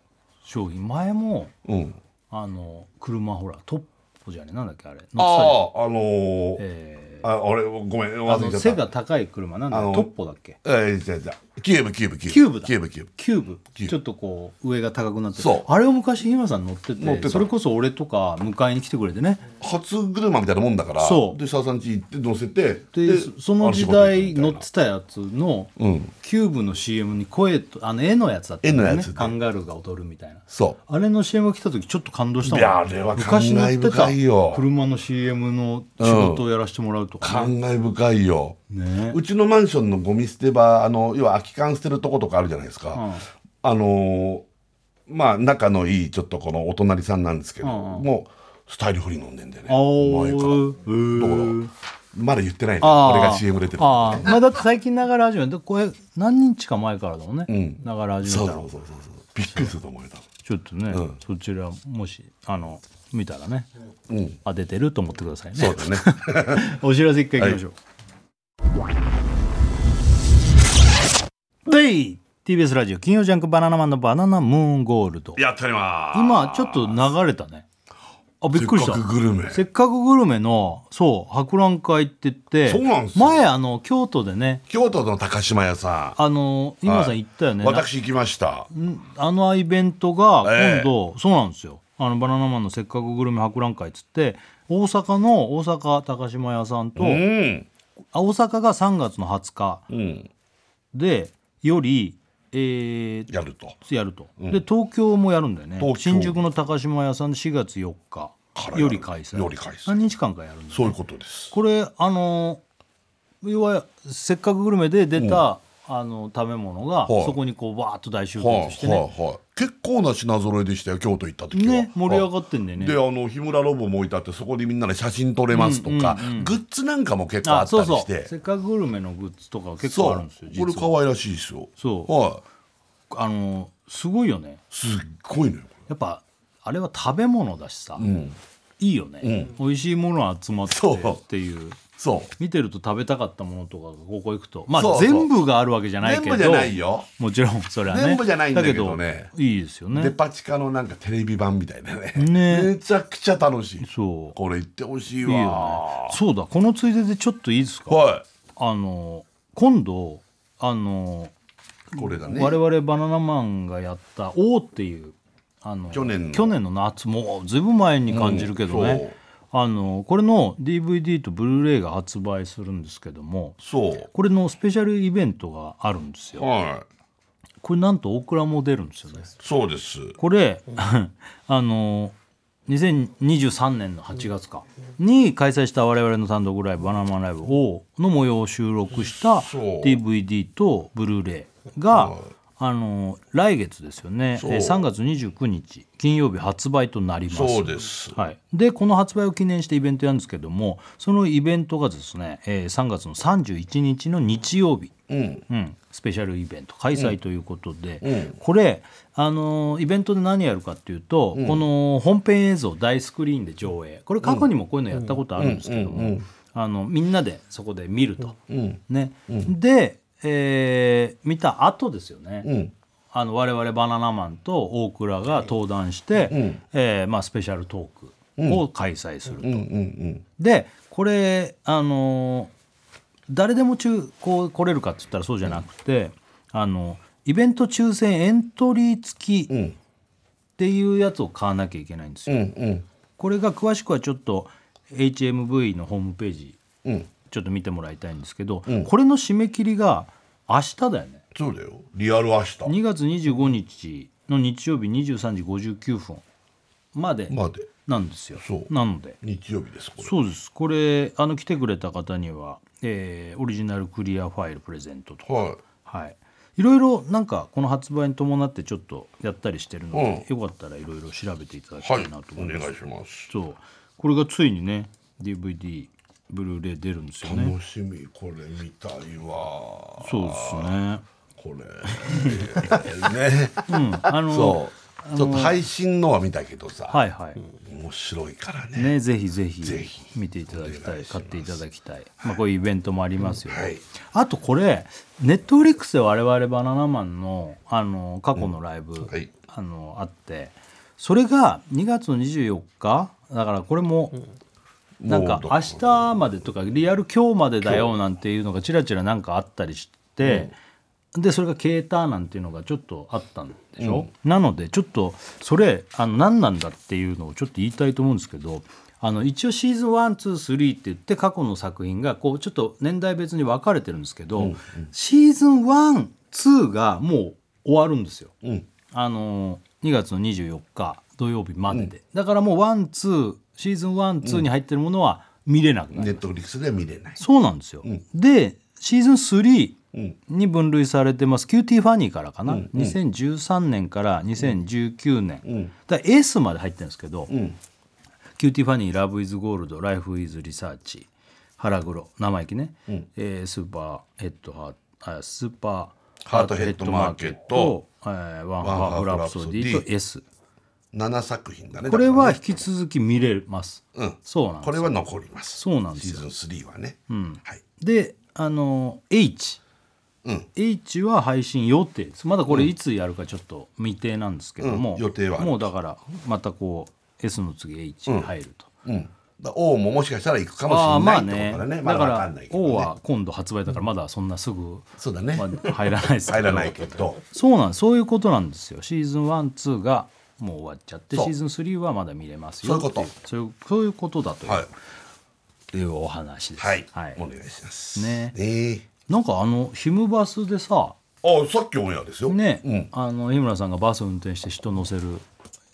商品前もいうんあの車ほらトップじゃねえなんだっけあれ乗ってあたじゃんああのーえあ俺ごめんーあ忘れのちゃ背ったが高い車なんだあよのトッポだっけえー、じゃあじゃあキューブキューブキューブキューブだキューブキューブキューブキューブちょっとこう上が高くなってそうあれを昔日村さん乗って乗っててたそれこそ俺とか迎えに来てくれてね初車みたいなもんだからそうで沢さん家行って乗せてでそその時代乗ってたたやつのうんキューブの CM に声とあの絵のやつだったんだ絵よのやねつでカンガルーが踊るみたいなそあれの CM が来た時ちょっと感動したもんいやあれは感昔乗って慨た深いよ車の CM の仕事をやらせてもらうとうか、感ね慨深いよ、ねうちのマンションのゴミ捨て場あの要は空き缶捨てるとことかあるじゃないですか、あのーまあ仲のいいちょっとこのお隣さんなんですけど、もうスタイルフリー飲んでんだよねあお前からーまだ言ってないあのー俺が CM 出てるあーまあだって最近ながら始めたこれ何日か前からだもんねんながら始そうめそたうそらうそうそうびっくりすると思うよ多分ちょっとね、そちらもしあの見たらね、あ出てると思ってくださいねそうだねお知らせ一回いきましょう。でい TBS ラジオ金曜ジャンク「バナナマンのバナナムーンゴールド」 <laughs> やっております今ちょっと流れたねあびっくりしたせっかくグルメせっかくグルメのそう博覧会って言ってそうなんですよ前あの京都でね京都の高島屋さんあの今さんはい行ったよね、私行きましたんあのイベントがええ今度、そうなんですよあのバナナマンのせっかくグルメ博覧会っつって大阪の大阪高島屋さんと、うんあ大阪が3月の20日うんでより、えーやるとやると、で東京もやるんだよね東京新宿の高島屋さんで4月4日からやるより開催より開催何日間かやるんだそういうことですこれあのー要は「せっかくグルメ」で出た、あの食べ物がはいそこにこうわーっと大集はいは結してね、いはい結構な品揃えでしたよ京都行った時は、ね盛り上がってんだよねであの日村ロボも置いてあってそこでみんなで写真撮れますとか、グッズなんかも結構ああったそりうそしうてせっかくグルメのグッズとか結そ構うあるんですよこれ実は可愛らしいですよそうはいあのすごいよねすっごいのよこやっぱあれは食べ物だしさ、いいよね、美味しいもの集まってそうっていうれそう見てると食べたかったものとかがここ行くとまあそうそう全部があるわけじゃないけど全部じゃないよもちろんそれはね全部じゃないんだけどねだけどいいですよデねパ地下のなんかテレビ版みたいなねねめちゃくちゃ楽しいそうこれ行ってほしいいわいよねそうだこのついででちょっといいですかはあの今度あの、いこれだね我々バナナマンがやった「O」っていうあの去年のの夏もうずいぶん前に感じるけどね、あのこれの DVD とブルーレイが発売するんですけどもそうこれのスペシャルイベントがあるんですよはいこれなんとオクラも出るんですよねそうですこれ、 <laughs> あの2023年の8月かに開催した我々の単独ライブ「バナナマンライブ」をの模様を収録したそう DVD とブルーレイが、あの来月ですよねそうえー3月29日金曜日発売となりますそうですはい、でこの発売を記念してイベントやるんですけどもそのイベントがですね、えー3月の31日の日曜日、うんうん、スペシャルイベント開催ということで、うんこれ、あのーイベントで何やるかっていうと、この本編映像大スクリーンで上映これ過去にもこういうのやったことあるんですけども、うんうんうんあのみんなでそこで見ると、うんねで、えー見た後ですよね、うんあの我々バナナマンと大倉が登壇して、んえーまあ、スペシャルトークを開催すると。うんうんでこれあの誰でも中こう来れるかって言ったらそうじゃなくて、あのイベント抽選エントリー付うんうきっんていうやつを買わなきゃいけないんですうよ。んうんこれが詳しくはちょっと HMV のホームページうんちょっと見てもらいたいんですけど、んこれの締め切りが明日だよね。そうだよリアル明日2月25日の日曜日23時59分までまでなんですよ、そうなので日曜日ですこれそうですこれあの来てくれた方には、えーオリジナルクリアファイルプレゼントとか、はいはい、いろいろなんかこの発売に伴ってちょっとやったりしてるので、よかったらいろいろ調べていただきたはいいなとお思願います、いしますそうこれがついにね DVD ブルーレイ出るんですよね楽しみこれ見たいわそうです <laughs> ね <laughs> これねうんあのそうちょっと配信のは見たけどさ、はいはい、面白いからねね、ぜひぜひぜひ見ていただきたい買っていただきたい、まあ、こういうイベントもありますよ、はいあとこれネットフリックスで我々バナナマンのあの過去のライブ、はいあのあってそれが2月の24日だからこれも、なんかもう明日までとかリアル今日までだよなんていうのがちらちらなんかあったりして、でそれが消えたなんていうのがちょっとあったんでしょ、なのでちょっとそれあの何なんだっていうのをちょっと言いたいと思うんですけどあの一応シーズン123って言って過去の作品がこうちょっと年代別に分かれてるんですけど、シーズン12がもう終わるんですよ。うんあの2月の24日土曜日までで、だからもうワンツーシーズンワンツーに入ってるものは見れなくなる、ネットフリックスでは見れないそうなんですよ、でシーズン3に分類されてます、キューティーファニーからかな、2013年から2019年、だから S まで入ってるんですけど、キューティーファニー、ラブイズゴールド、ライフイズリサーチ、腹黒、生意気ね、えースーパーヘッドハート、あスーパーハートヘッドマーケット、えーワンハーフラプソディと S。 7作品だねこれだは引き続き見れます。からねうんそうなんですこれは残りますそうなんですよシーズン3はね、はいであの H、うん H は配信予定ですまだこれいつやるかちょっと未定なんですけども、うん予定はあるもうだからまたこう S の次 H に入ると、うんだ O ももしかしたら行くかもあしあれなまいあってねことだねまだだかわかんらないけど、ね、 O は今度発売だからまだそんなすぐ、そうだねまあ入らないですけ入どらないけどそうなんそういうことなんですよシーズン12がもう終わっちゃってそうシーズン3はまだ見れますよってそういうこそういうそういうことだという,、はいというお話ですはい、はいお願いしますねえなんかあのヒムバスでさあさっきオンエアですよね、うんあの日村さんがバス運転して人乗せる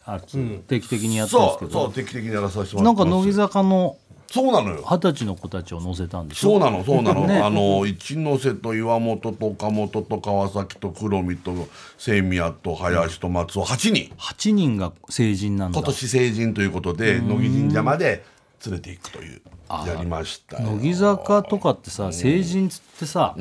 あれ定期的にやってるんですそけうそどう、定期的にやらさせてもらなっんてまかす乃木坂のそうなのよ二十歳の子たちを乗せたんでしょそうなのそうなの、ねあの一ノ瀬と岩本と岡本と川崎と黒見と清宮と林と松尾8人8人が成人なんだ今年成人ということで乃木神社まで連れていくというやりましたよ乃木坂とかってさ成人っつってさ、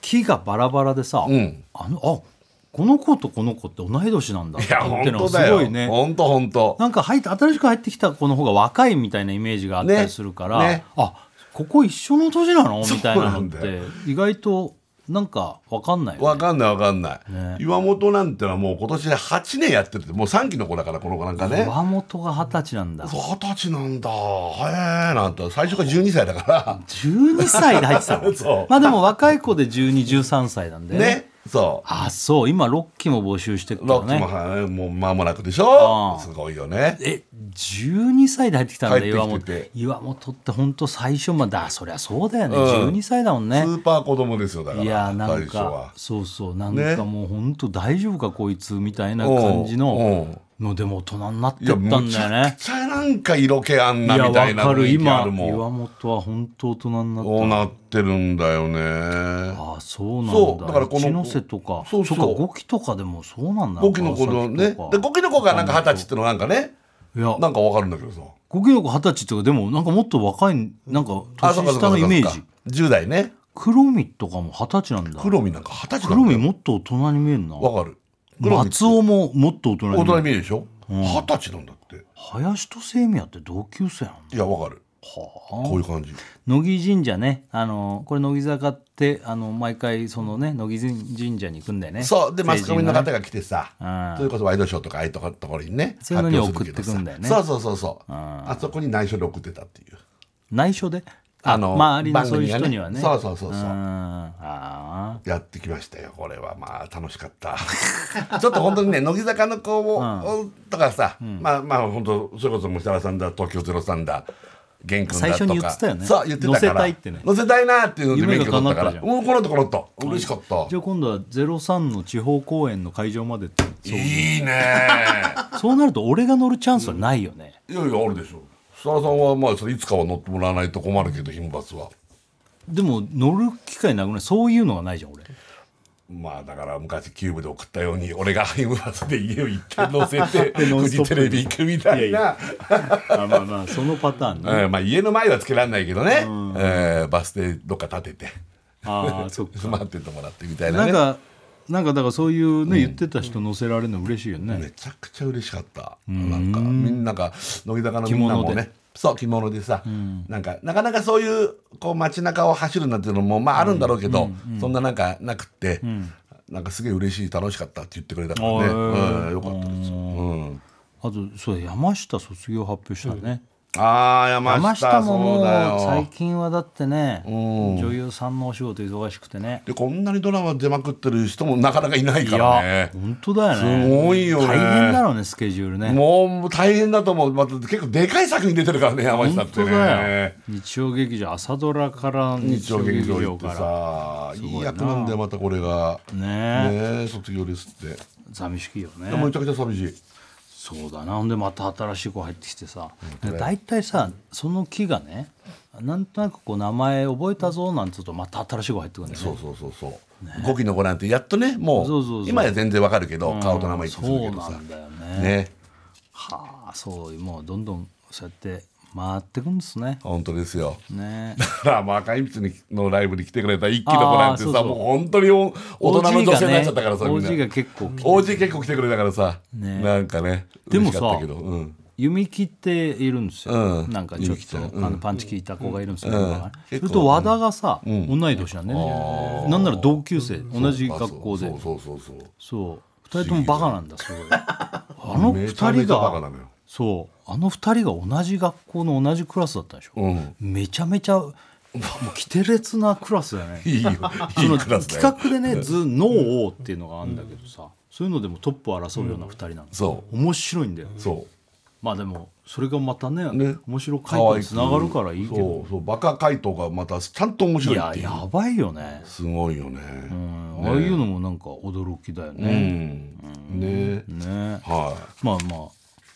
木がバラバラでさ、んあのあこの子とこの子って同い年なんだいやって本のが当すだごよいね本当本当なんか入って新しく入ってきた子の方が若いみたいなイメージがあったりするから、ねねあここ一緒の年なのみたいそなうなのっんだてよ意外となんか分かんないよわね。かんないわかんない、岩本なんてのはもう今年で8年やってるってもう3期の子だからこの子なんかね和本が二十歳なんだそう二十歳なんだ早いなんて最初から12歳だか12歳で入ってた <laughs> そのうまあでも若い子で1213歳なんでらねそうあそう今6期も募集してるからロッキねーもはいもう間もなくでしょうんすごいよねえ12歳で入ってきたんだ入って岩き本てて岩本って本当最初まであそりゃそうだよね、うん12歳だもんスねーパー子供ですよだからいやなん最初はかそうそうなんねかもう本当大丈夫かこいつみたいな感じうんうのんのでも大人になってっいやたんだよむちゃねくちゃなんか色気あんいなやみたいわなかる雰囲気あ今るも岩ん本は本当大人になったこうなってるんだよねああそうなんだそうだからこの一ノ瀬とかそうそうっか五期とかでもそうなんだゴキの子のね川崎とかでゴキの子がなんか二十歳ってのなんかねいやなんかわかるんだけどさ五期の子二十歳っていうかでもなんかもっと若いなんかあ年そうかそうか下のイメーそジうか10代ね黒身とかも二十歳なんだ黒見なんか二十歳な黒んだ身よもっと大人に見えるなわかる黒見って松尾ももっと大人大に見え人るに見えるでしょ二十歳なんだって林と清宮って同級生なんだいやわかるこういう感じ乃木神社ねあのこれ乃木坂ってあの毎回そのね乃木神社に行くんだよねそうでマスコミの成方人がねが来てさ、うんそれこそワイドショーとかああいうところにねそういうのに発表するけどさ送ってくんだよねそうそうそうそうあそこに内緒で送ってたっていう内緒でああの周りの番そうい組がうね人にはねそうそうそうそうああやってきましたよこれはまあ楽しかった <laughs> ちょっと本当にね乃木坂の子を、とかさ、まあまあ本当それこそ設楽さんだ東京ゼロさんだ玄君だとか最初に言ってたよねそう言ってたから乗せたいってね乗せたいなっていうので夢免が許取ったから叶ったじうんこのところと嬉しかった、じゃあ今度は03の地方公演の会場までってそういい <laughs> ねそうなると俺が乗るチャンスはないよね、いやいやあるでしょ設楽さんはまあそれいつかは乗ってもらわないと困るけど金髪は。でも乗る機会なくないそういうのがないじゃん俺まあだから昔キューブで送ったように俺がハイムバスで家を一回乗せ <laughs> てノンフスジトッテプレビ行くみたいいやいな <laughs> あまあまあそのパターンねうんまあ家の前はつけられないけどね、えーバス停どっか立ててああそっか待っててもらってみたいな,、なね、んかなんかだからそういうね、言ってた人乗せられるの嬉しいよね、めちゃくちゃ嬉しかったなんかみんなが乃木坂のみんな着も物でねそう着物でさ、なんかなかなかそういうこう街中を走るなんていうのもまああるんだろうけど、そんななんかなくって、なんかすげえ嬉しい楽しかったって言ってくれたからね、へーうんよかったですよ、うんあとそうだ山下卒業発表したね、ああ山下山下ももそううだよ最近はだってね女優さんのお仕事忙しくてねでこんなにドラマ出まくってる人もなかなかいないからね本当だよねすごいよね大変だろうねスケジュールねもう大変だと思う、ま、た結構でかい作品出てるからね山下本って当だよね日曜劇場朝ドラから日日曜曜劇劇場行場ってかさいい役なんだよまたこれがらねねえ卒業ですって寂しいよねでもめちゃくちゃ寂しいそうだなほんでまた新しい子入ってきてさ大体さその木がねなんとなくこう名前覚えたぞなんつうとまた新しい子入ってくるんだよそねうそうそうそう五期の子なんてやっとねもうそうそうそう今や全然わかるけど顔と名前一致するそけうどなさんだよねねはあそうもうどんどんそうやって回ってくんですね本当ですよねだからまあ赤い筆のライブに来てくれた一期の子なんてさあーそうそうもう本当にお <laughs> 大人の女性になっちゃったからさ OG がねみんな OG が結構来て OG 結構来てくれたからさ、ねなんかねでも嬉さしかったけど、うん、弓切っているんですよ、うんなんかちょっ弓木ちとゃん、あのパンチ効いた子がいるんですよ、うんメンバーがねそ結れ構と和田がさ、同い年なんでね、なんなら同級生同じ学校でそうそうそうそうそう二人ともバカなんだすごいあの二めちゃめ人ちゃバカがなのよそうあの二人が同じ学校の同じクラスだったでしょ、うんめちゃめちゃもう奇てれつなクラスだよ <laughs> ねいいよいいそのクラスだ企よ画でね「図ノー王」っていうのがあるんだけどさ、そういうのでもトップを争うような2人なの、そ面白いんだようそまあでもそれがまたねうね面白可回愛答くにつながるからいいけどそうそうバカ回答がまたちゃんと面い白いっやていうやばいよね、すごいよねうんああいうのもなんか驚きだようね、んねねはまあまあ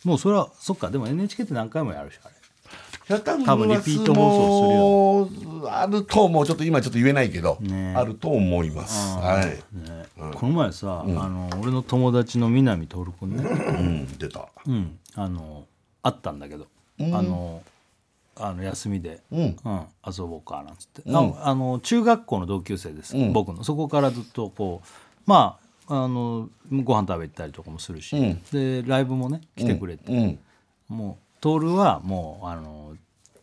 もうそれはそっかでも NHK って何回もやるしあれい多分多分リピート放送するよあると思うちょっと今ちょっと言えないけど、ねあると思いますはい、ねこの前さ、あの俺の友達の南徹君ね、うん、出たうん、あの会ったんだけど、あのあの休みで、うんうん遊ぼうかなんつって、ああの中学校の同級生です、うん僕のそこからずっとこうまああのご飯食べ行ったりとかもするし、うんでライブもね来てくれて、うんもう徹はもうあの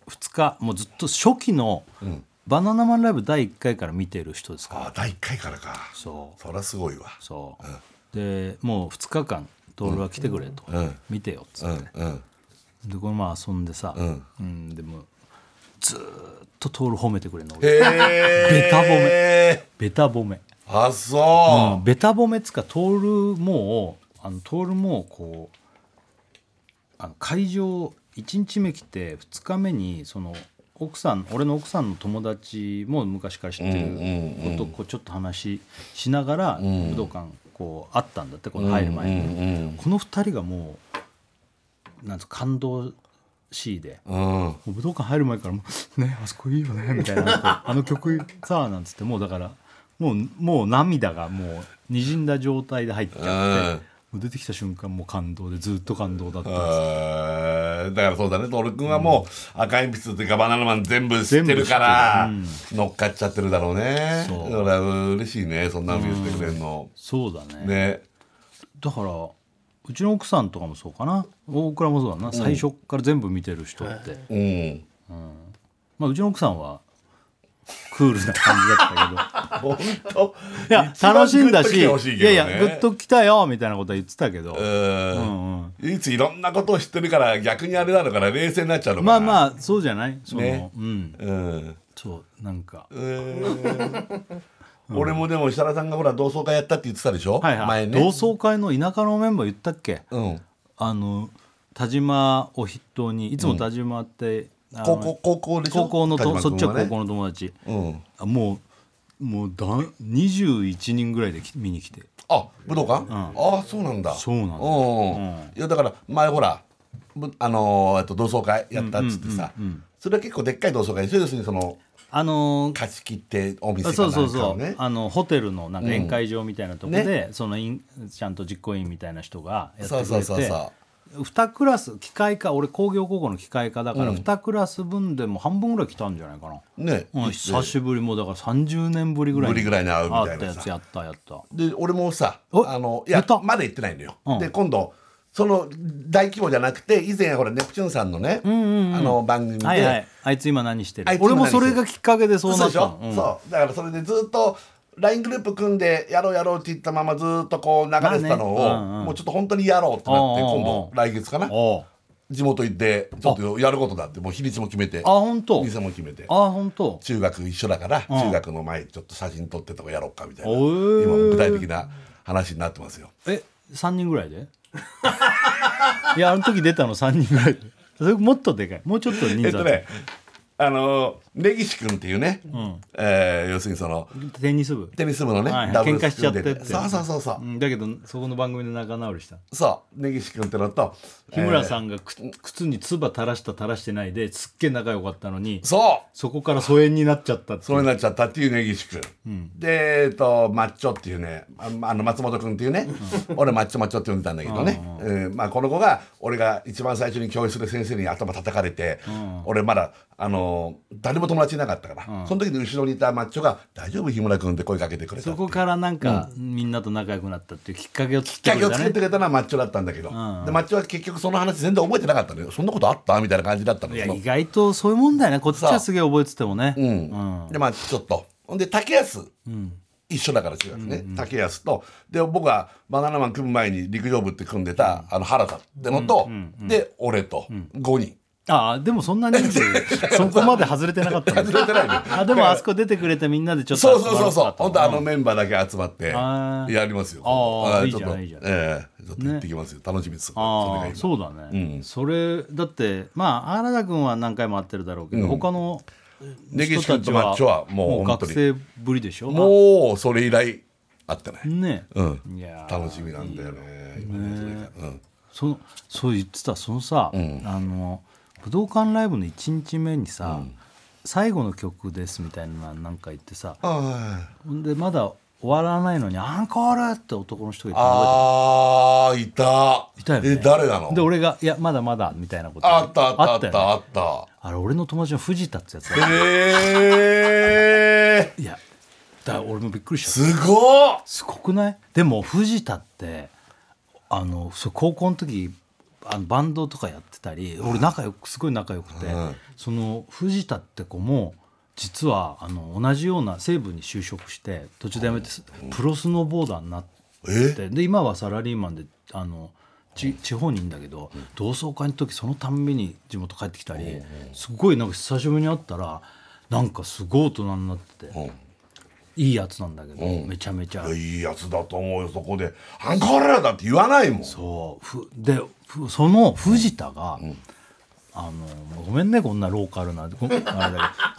2日もうずっと初期のうん「バナナマンライブ」第1回から見てる人ですから、あ第1回からかそうそりゃすごいわそう、でもう2日間徹は来てくれと、うん見てよっつうっんて、うんでこの前遊んでさ、うんうんでもずーっと徹褒めてくれるの俺へえベタ褒めベタ褒め、あそうう、んベタ褒めっつうか徹もうあの徹もこうあの会場1日目来て2日目にその奥さん俺の奥さんの友達も昔から知ってうんうんうるんことをこうちょっと話ししながらん武道館こう会ったんだってこの入る前に、うんこの2人がもうなんつうか感動しいで、うんうんもう武道館入る前からもう「ねあそこいいよね」みたいな「あの曲さ」なんつってもうだからもうもう涙がもうにじんだ状態で入っちゃって、もう出てきた瞬間もう感動でずっと感動だったんですよえーだからそうだね徹君はもう赤鉛筆というかバナナマン全部知ってるから乗っかっちゃってるだろうねだそうから嬉しいねそんなの言ってくれるのそうだねねだからうちの奥さんとかもそうかな大倉もそうだな最初から全部見てる人って、うんまあ、うちの奥さんはクールな感じだったけど。 <laughs> 本当いや楽しんだし一番グッと来てほしいいけどやねいやグッときたよみたいなことは言ってたけど、うん唯一いろんなことを知ってるから逆にあれなのから冷静になっちゃうのかなまあまあそうじゃないその、ねうんうんそうなんか俺もでも設楽さんがほら同窓会やったって言ってたでしょ、はいはい、前ね同窓会の田舎のメンバー言ったっけうんあの田島を筆頭にいつも田島って、あの高校高校でしょ高校のと、田そ島っち君はは高ね校の友達、うんあもうもうだ21人ぐらいで来見に来てあ武道館、ああそうなんだそうなんだうんいやだから前ほらぶあのーえっと同窓会やったっつってさ、それは結構でっかい同窓会でしょ要するにそのあのー貸し切ってお店あかそなうんそうかそをうねあのホテルのなんか宴会場みたいなとこで、うんねそのインちゃんと実行委員みたいな人がやってくそうれてそうそうそう2クラス機械科俺工業高校の機械科だから2クラス分でも半分ぐらい来たんじゃないかな、ね、うん、久しぶりもうだから30年ぶりぐらいぶりぐらいに会うみたいなさ会ったやつやったやったで俺もさおあのいや出たまだ行ってないのよ、うんで今度その大規模じゃなくて以前ほらネプチューンさんのね、あの番組で、はいはいあいつ今何してるあいつ今俺も何してそるれがきっかけでそうそうなでっしたょの、うんそうだからそれでずっと LINE グループ組んでやろうやろうって言ったままずっとこう流れてたのを、まあねうんうんもうちょっと本当にやろうってなっておうおうおう今度来月かなおう地元行ってちょっとやることだってもう日にちも決めてあ本当店も決めてあ本当中学一緒だからん中学の前ちょっと写真撮ってとかやろうかみたいなおー今具体的な話になってますよえ三3人ぐらいで <laughs> いやあの時出たの3人ぐらいでそれもっとでかいもうちょっと人数えっとねあの根岸君っていうね、えー要するにそのあってテニス部テニス部のね、はいダブル喧嘩しちゃってってそうそうそうそう、うんだけどそこの番組で仲直りしたそう根岸君ってのと日村ん、さんがく靴に唾垂らした垂らしてないですっげえ仲良かったのにえーそうそこから疎遠になっちゃったってそれになっちゃったっていう根岸君、でえっとマッチョっていうねああの松本君っていうね、俺マッチョマッチョって呼んでたんだけどね、うんまあ、この子が俺が一番最初に教室で先生に頭叩かれて、俺まだあの誰も友達いなかったから、その時に後ろにいたマッチョが「大丈夫日村君」って声かけてくれたそこからなんか、みんなと仲良くなったっていうきっかけを作っきてっかくけれをた作ってねくれたのはマッチョだったんだけど、でマッチョは結局その話全然覚えてなかったのよそんなことあったみたいな感じだったのいやその意外とそういうもんだよねこっちはすげえ覚えててもねううんでまあちょっとほんで竹安、一緒だから違うね、竹安とで僕はバナナマン組む前に陸上部って組んでた、あの原田ってのと、で俺と5人、ああでもそんな <laughs> 人数そこまで外れてなかったん外れてないのよ <laughs> あでもあそこ出てくれたみんなでちょっそとうそうそうそう集まろ本当あのメンバーだけ集まってあーやりますよあーーいいちじょっゃなといいいじゃないええちょっと行ってきますよ楽しみですああそれが今そうだね、それだってまあ原田君は何回も会ってるだろうけど、他の根人岸た君ちとマッチョははもう本当学に生ぶりでしょもうそれ以来会ってない、ね、うんいやー楽しみなんだよね今ねそれがうんそのそう言ってたそのさ、あの武武道館ライブの1日目にさ、最後の曲ですみたいななんか言ってさあほんでまだ終わらないのに「アンコール!」って男の人が言って覚えてるあーいたいたよねえ誰なので俺が「いやまだまだ」みたいなことあったあったあっよねたあったあれ俺の友達の藤田ってやつだええいやだから俺もびっくりしちゃったすごっすごくないでも藤田ってあのそう高校の時あのバンドとかやってたり俺仲良くすごい仲良くて、うんその藤田って子も実はあの同じような西部に就職して途中で辞めてプロスノーボーダーになって。えでで今はサラリーマンであのち地方にいるんだけど、同窓会の時そのたんびに地元帰ってきたり、すごいなんか久しぶりに会ったらなんかすごい大人になってて、うんいいやつなんだけど、めちゃめちゃいやいいやつだと思うよそこで「アンコール!」だって言わないもんそうふでふその藤田が、あのごめんねこんなローカルなご <laughs> あれだけ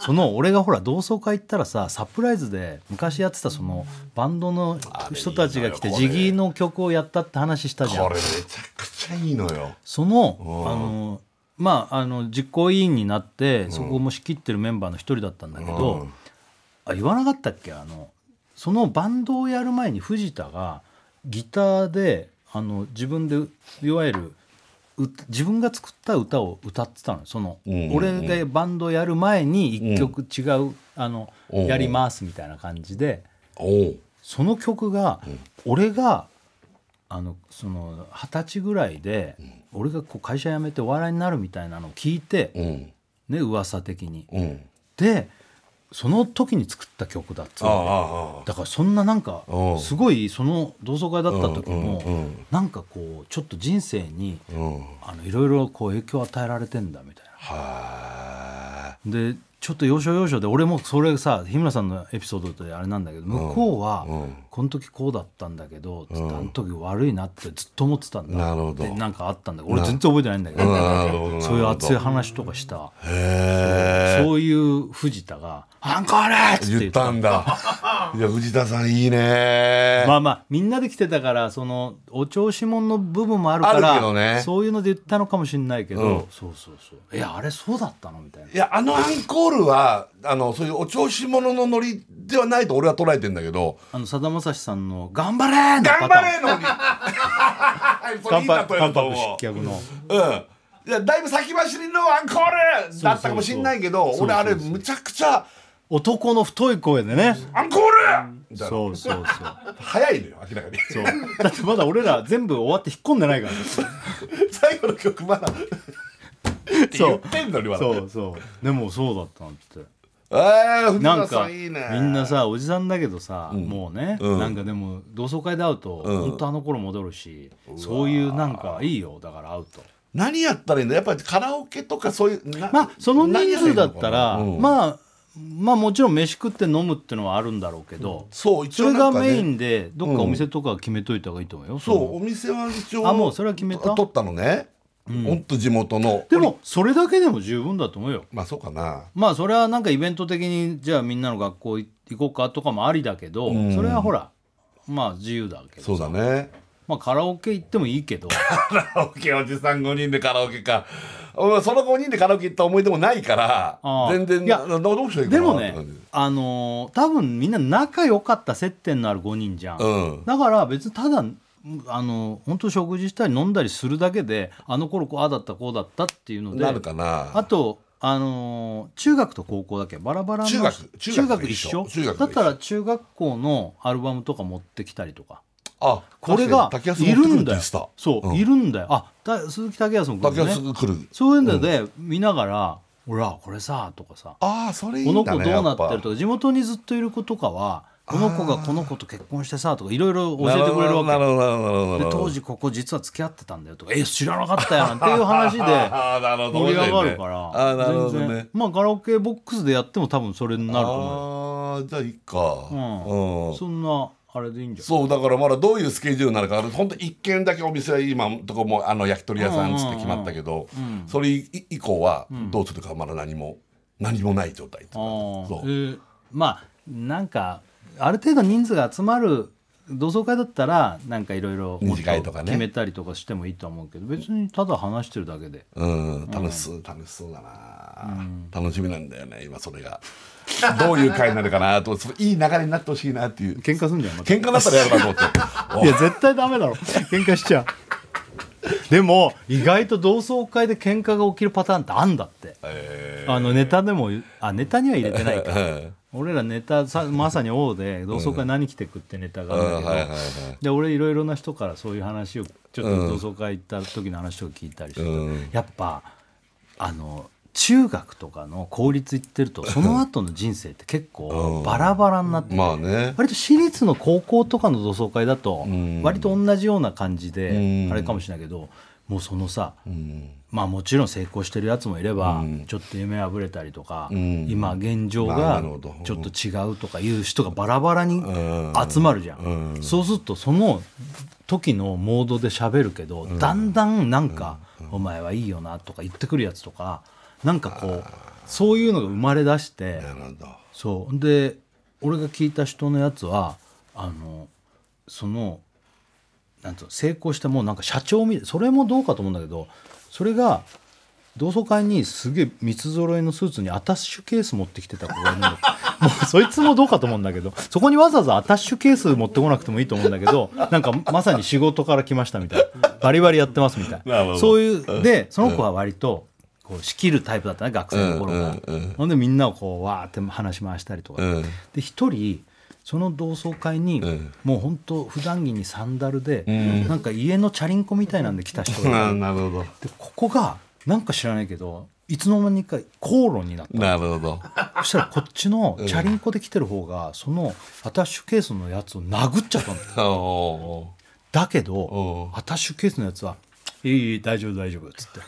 どその俺がほら同窓会行ったらさサプライズで昔やってたそのバンドの人たちが来てあれいいジなギーの曲をやったって話したじゃんこれめちゃくちゃいいのよそのあのまああの実行委員になってそこも仕切ってるメンバーの一人だったんだけど、あ言わなかったっけあのそのバンドをやる前に藤田がギターであの自分でいわゆるう自分が作った歌を歌ってたのその、んうんうん俺がバンドやる前に一曲違う、あのうんうんやりますみたいな感じで。おうその曲が、俺があのその二十歳ぐらいで、俺がこう会社辞めてお笑いになるみたいなのを聞いて、うんね噂的に、うんでその時に作った曲だっつうああのああだからそんななんかうんすごいその同窓会だった時も、うんうんうんなんかこうちょっと人生にうんあのいろいろこう影響を与えられてんだみたいな。はでちょっと要所要所で俺もそれさ日村さんのエピソードであれなんだけど向こうは、うんこの時こうだったんだけどつって、あの時悪いなってずっと思ってたんだなるほどでなんかあったんだけど俺全然覚えてないんだけど,、うんなるほどそういう熱い話とかした、いへそういう藤田が「アンコール!」っつってえ言ったんだいや藤田さんいいねまあまあみんなで来てたからそのお調子者の部分もあるかあらるけどねそういうので言ったのかもしれないけど、うんそうそうそういやあれそうだったのみたいないやあのアンコールはあのそういうお調子者のノリではないと俺は捉えてんだけどあのさだまさしさんの「頑張れ!」の頑パタ張ーンれ <laughs> のにそれいい例えだ関と白思 <laughs> 失う脚のうんいやだいぶ先走りのアンコールだったかもしんないけどそうそうそう俺あれむちゃくちゃ男の太い声でねアンコールみたいなそうそうそう早いのよ明らかにそうだってまだ俺ら全部終わって引っ込ん <laughs> でないからね最後の曲まだって言ってんのにまだそうそうでもそうだったんってえー、藤 <laughs> な田んさかんいいねみんなさおじさんだけどさ、もうね、なんかでも同窓会で会うと、ほんとあの頃戻るしそういうなんかいいよだから会うと何やったらいいんだやっぱりカラオケとかそういうなまあその人数だった何やら、ればいいのかなうんまあまあもちろん飯食って飲むってのはあるんだろうけど、そう一そ応れながんかねメインでどっかお店とか決めといた方がいいと思うよ、そのうお店は一応あもうそれは決めたと取ったのね、ほんと地元のでもそれだけでも十分だと思うよまあそうかなまあそれはなんかイベント的にじゃあみんなの学校行こうかとかもありだけど、それはほらまあ自由だけどそうだねまあカラオケ行ってもいいけどカラオケおじさん5人でカラオケか俺その5人でカラオケ行った思い出もないからああ全然いやなどうしたらいいかでなもってね感じあのー多分みんな仲良かった接点のある5人じゃん、うんだから別にただあの本当食事したり飲んだりするだけであの頃こうああだったこうだったっていうのでなるかなあとあのー中学と高校だっけバラバラの中学中学一緒中学だったら中学校のアルバムとか持ってきたりとかあこれが確かに竹い安持ってくっるてん言だよってたそう、うんいるんだよあた鈴木竹也さん来竹るね安来るそういうので見ながら「ほらこれさ」とかさああそれいいこんだのね子どうなってやるぱとか地元にずっといる子とかはこの子がこの子と結婚してさとかいろいろ教えてくれなるるわほどなるほどなるほどなるけでほど当時ここ実は付き合ってたんだよとか「え知らなかったやん」っていう話で <laughs> あーなるほど盛り上がるかあーなるほらど全ね然まあカラオケボックスでやっても多分それになると思ああーじゃあいいかうんうんうよそんなあれでいいんじゃないそうだからまだどういうスケジュールになるか本当一軒だけお店は今のとこもあの焼き鳥屋さんっつって決まったけど、それ以以降はどうするかまだ何も、何もない状態ってあ感じーそう、えーまあなんかある程度人数が集まる同窓会だったらなんかいろいろ二もっ次と会とかね決めたりとかしてもいいと思うけど別にただ話してるだけでうん、楽しそう、楽しそうだな、楽しみなんだよね、今それが。どういう回になるかなと、 <laughs> そのいい流れになってほしいなっていう。喧嘩すんじゃんまた喧嘩だったらやるなと思って。 <laughs> いや絶対ダメだろ喧嘩しちゃうでも意外と同窓会で喧嘩が起きるパターンってあんだって、あのネタでもあネタには入れてないか俺らネタさまさに王で同窓会何着てくってネタがあるんだけど、で俺いろいろな人からそういう話をちょっと同窓会行った時の話を聞いたりして、やっぱあの中学とかの公立行ってるとその後の人生って結構バラバラになってて、まあね。割と私立の高校とかの同窓会だと割と同じような感じでうんあれかもしれないけどもうそのさまあもちろん成功してるやつもいればちょっと夢破れたりとかん今現状まあながるほどちょっと違うとかいう人がバラバラに集まるじゃんそうするとその時のモードで喋るけどだんだんなんか「お前はいいよな」とか言ってくるやつとかなんかこうそういうのが生まれ出して。なるほど。そうで俺が聞いた人のやつはあのそのなんつうの成功してもうなんか社長みたいそれもどうかと思うんだけどそれが同窓会にすげえ三つ揃いのスーツにアタッシュケース持ってきてた子がいるの <laughs> もうそいつもどうかと思うんだけどそこにわざわざアタッシュケース持ってこなくてもいいと思うんだけどなんかまさに仕事から来ましたみたいなバリバリやってますみたいなるほなどそういうでその子は割とこう仕切るタイプだったね学生の頃から、ほんでみんなをこうわーって話し回したりとか、うんで一人その同窓会に、んもう本当普段着にサンダルで、なんか家のチャリンコみたいなんで来た人がいなてなるほど。でここがなんか知らないけどいつの間にか口論になったなるほど。そしたらこっちのチャリンコで来てる方がそのアタッシュケースのやつを殴っちゃったんだよおーだけおどアタッシュケースのやつは「いいいい大丈夫大丈夫」っつ <laughs> って。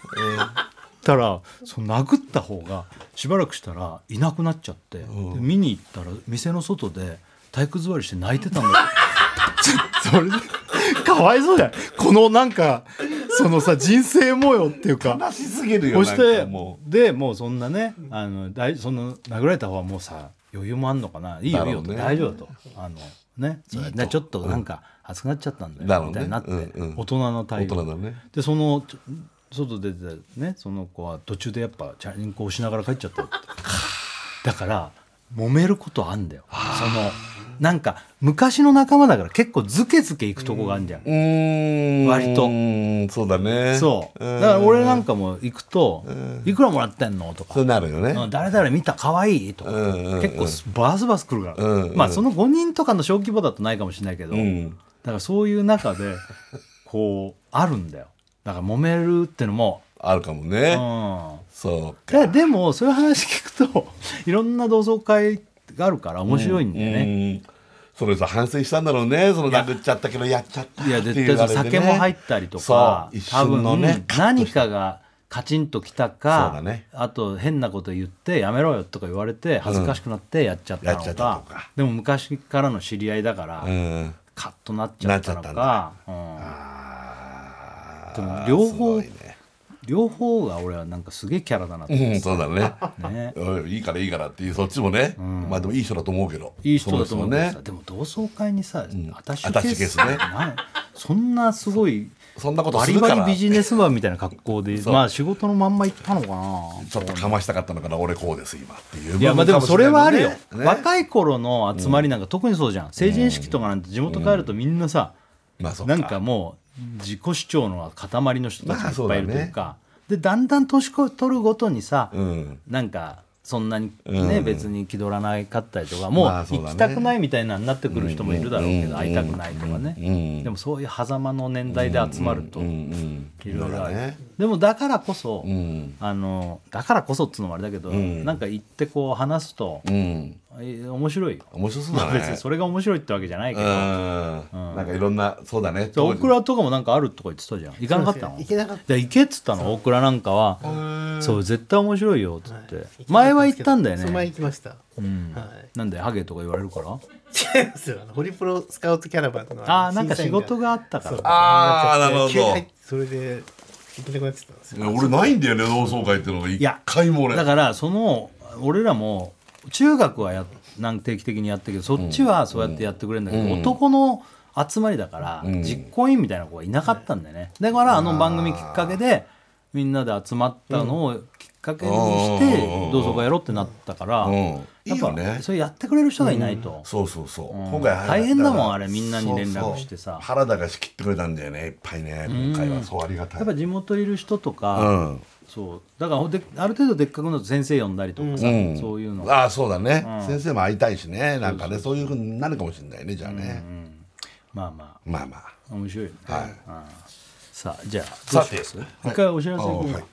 たらその殴った方がしばらくしたらいなくなっちゃって、で見に行ったら店の外で体育座りして泣いてたんだよそ <laughs> それで <laughs> かわいそうじゃないこのなんかそのさ人生模様っていうか悲しすぎるよ。そしなんてかもでもうそんなねあの大その殴られた方はもうさ余裕もあんのかないいよいいよだろと、うね大丈夫だとあのねそれでちょっとなんか熱くなっちゃったんだよだろうねみたいになって、うんうん大人のう対大応人だね。でそのちょ外出てたねその子は途中でやっぱチャリンコをしながら帰っちゃったって <laughs> だから揉めることあんだよそのなんか昔の仲間だから結構ズケズケいくとこがあるじゃん、うーん。割うとーん。そうだね。そうだんから俺なんかも行くと「いくらもらってんの?」とかそうなるよね。うん誰々見た可愛いとか、うんうんうん結構すバスバス来るから、うんうんまあその5人とかの小規模だとないかもしれないけど、んだからそういう <laughs> 中でこうあるんだよだから揉めるってのも、あるかもうね。ん、 <laughs> そう。だからでもそういう話聞くといろんな同窓会があるから面白いんだよね、うんそれさ反省したんだろうねその殴っちゃったけどやっちゃったいっやて絶う対あされでね酒も入ったりとかそう一多瞬分のね何かがカチンときたそか、うだねあと変なこと言ってやめろよとか言われて恥ずかしくなってやっちゃったのやっちゃか,、ったとかでも昔からの知り合いだから、うんカッとなっちゃったのなっちゃかあうんーでも両すご方、いね両方が俺はなんかすげえキャラだなと思うっんそうだねてね、おいいいからいいからっていうそっちもね、まあでもいい人だと思うけどいい人だと思うけどさその人もねでも同窓会にさ、アタッシュアタケッシーュケーススねなんそんなすごいそんなことバすリるバからリビジネスマンみたいな格好でそうまあ仕事のまんま行ったのかなちょっとかましたかったのかな俺こうです今っていういやまあでもそれはあるよ、若若い頃の集まりなんか特にそうじゃん成人式とかなんて地元帰るとみんなさ、まあそっなかんかもう自己主張の塊の人たちがいっぱいいるというか、までだんだん年を取るごとにさ、うんなんかそんなにね、別に気取らないかったりとかもうまあそうだ行ねきたくないみたいなのになってくる人もいるだろうけど会いたくないとかねでもそういう狭間の年代で集まるとうんいろいろあそうだるねでもだからこそんあのだからこそっつうのもあれだけどなんか行ってこう話すとうんうんえ面白いよ面白そうまだあね別にそれが面白いってわけじゃないけうんどなんかいろんなそうだねで大当時倉とかもなんかあるとか言ってたじゃん行かなかったのそうですね行けなかったで行けっつったの大倉なんかはそう絶対面白いよっつって前は行ったんだよそう前ね行きました。はい。なんでハゲとか言われるから違いますよ。あのホリプロスカウトキャラバンののあーなんか仕事があったからそうあーなんかなるほど急にそれで行けなくなっちゃったんですよ。いや俺ないんだよね同窓会っていうのがい一や回も俺だからその俺らも中学はやなん定期的にやったけどそっちはそうやってやってくれるんだけど、男の集まりだから実行委員みたいな子がいなかったんでね、だからあの番組きっかけでみんなで集まったのをきっかけにして同窓会やろうってなったから、うんやいっいぱよねそれやってくれる人がいないと、そうそうそう、ん今回原田大変だもんあれみんなに連絡そうそうしてさ原田が仕切ってくれたんだよねいっぱいね今回はそうありがたいやっぱ地元いる人とうか、んそうだからほんである程度でっかくなると先生呼んだりとかさ、うんそういうのああそうだね、先生も会いたいしねなんかねそういうふうになるかもしれないねじゃあね、まあままあまああ面白いよね、はいうんさあじゃあどうします一回お知らせいこうか、はい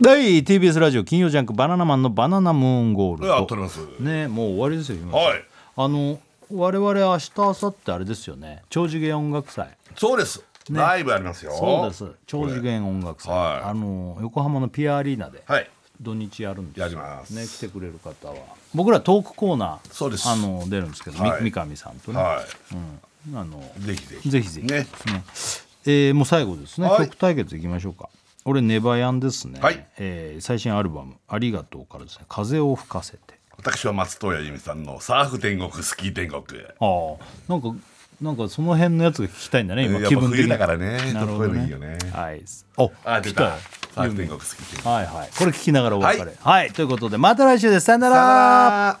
第 TBS ラジオ金曜ジャンク「バナナマンのバナナムーンゴールうわド撮ります」ねもう終わりですよ今はいあの我々明日明後日あれですよね超次元音楽祭そうです、ライブありますよそうです超次元音楽祭、はいあの横浜のピアアリーナではい土日やるんですよやりますね、来てくれる方は僕らトークコーナーそうですあの出るんですけど、はいみ三上さんとね、はあのいぜひぜひぜひぜひねえーもう最後ですね、はい曲対決いきましょうか俺ネバヤンですね、はいえー最新アルバム「ありがとう」からですね「風を吹かせて私は松任谷由実さんの「サーフ天国スキー天国」」ああなんかなんかその辺のやつが聞きたいんだね今やっぱ気分的冬にだからねなるほこどういうのねいいよねはいおあ出た「サー来フ天国スキー天国たはいはいこれ聞きながらお別れはい、ということでまた来週ですさよならさよなら」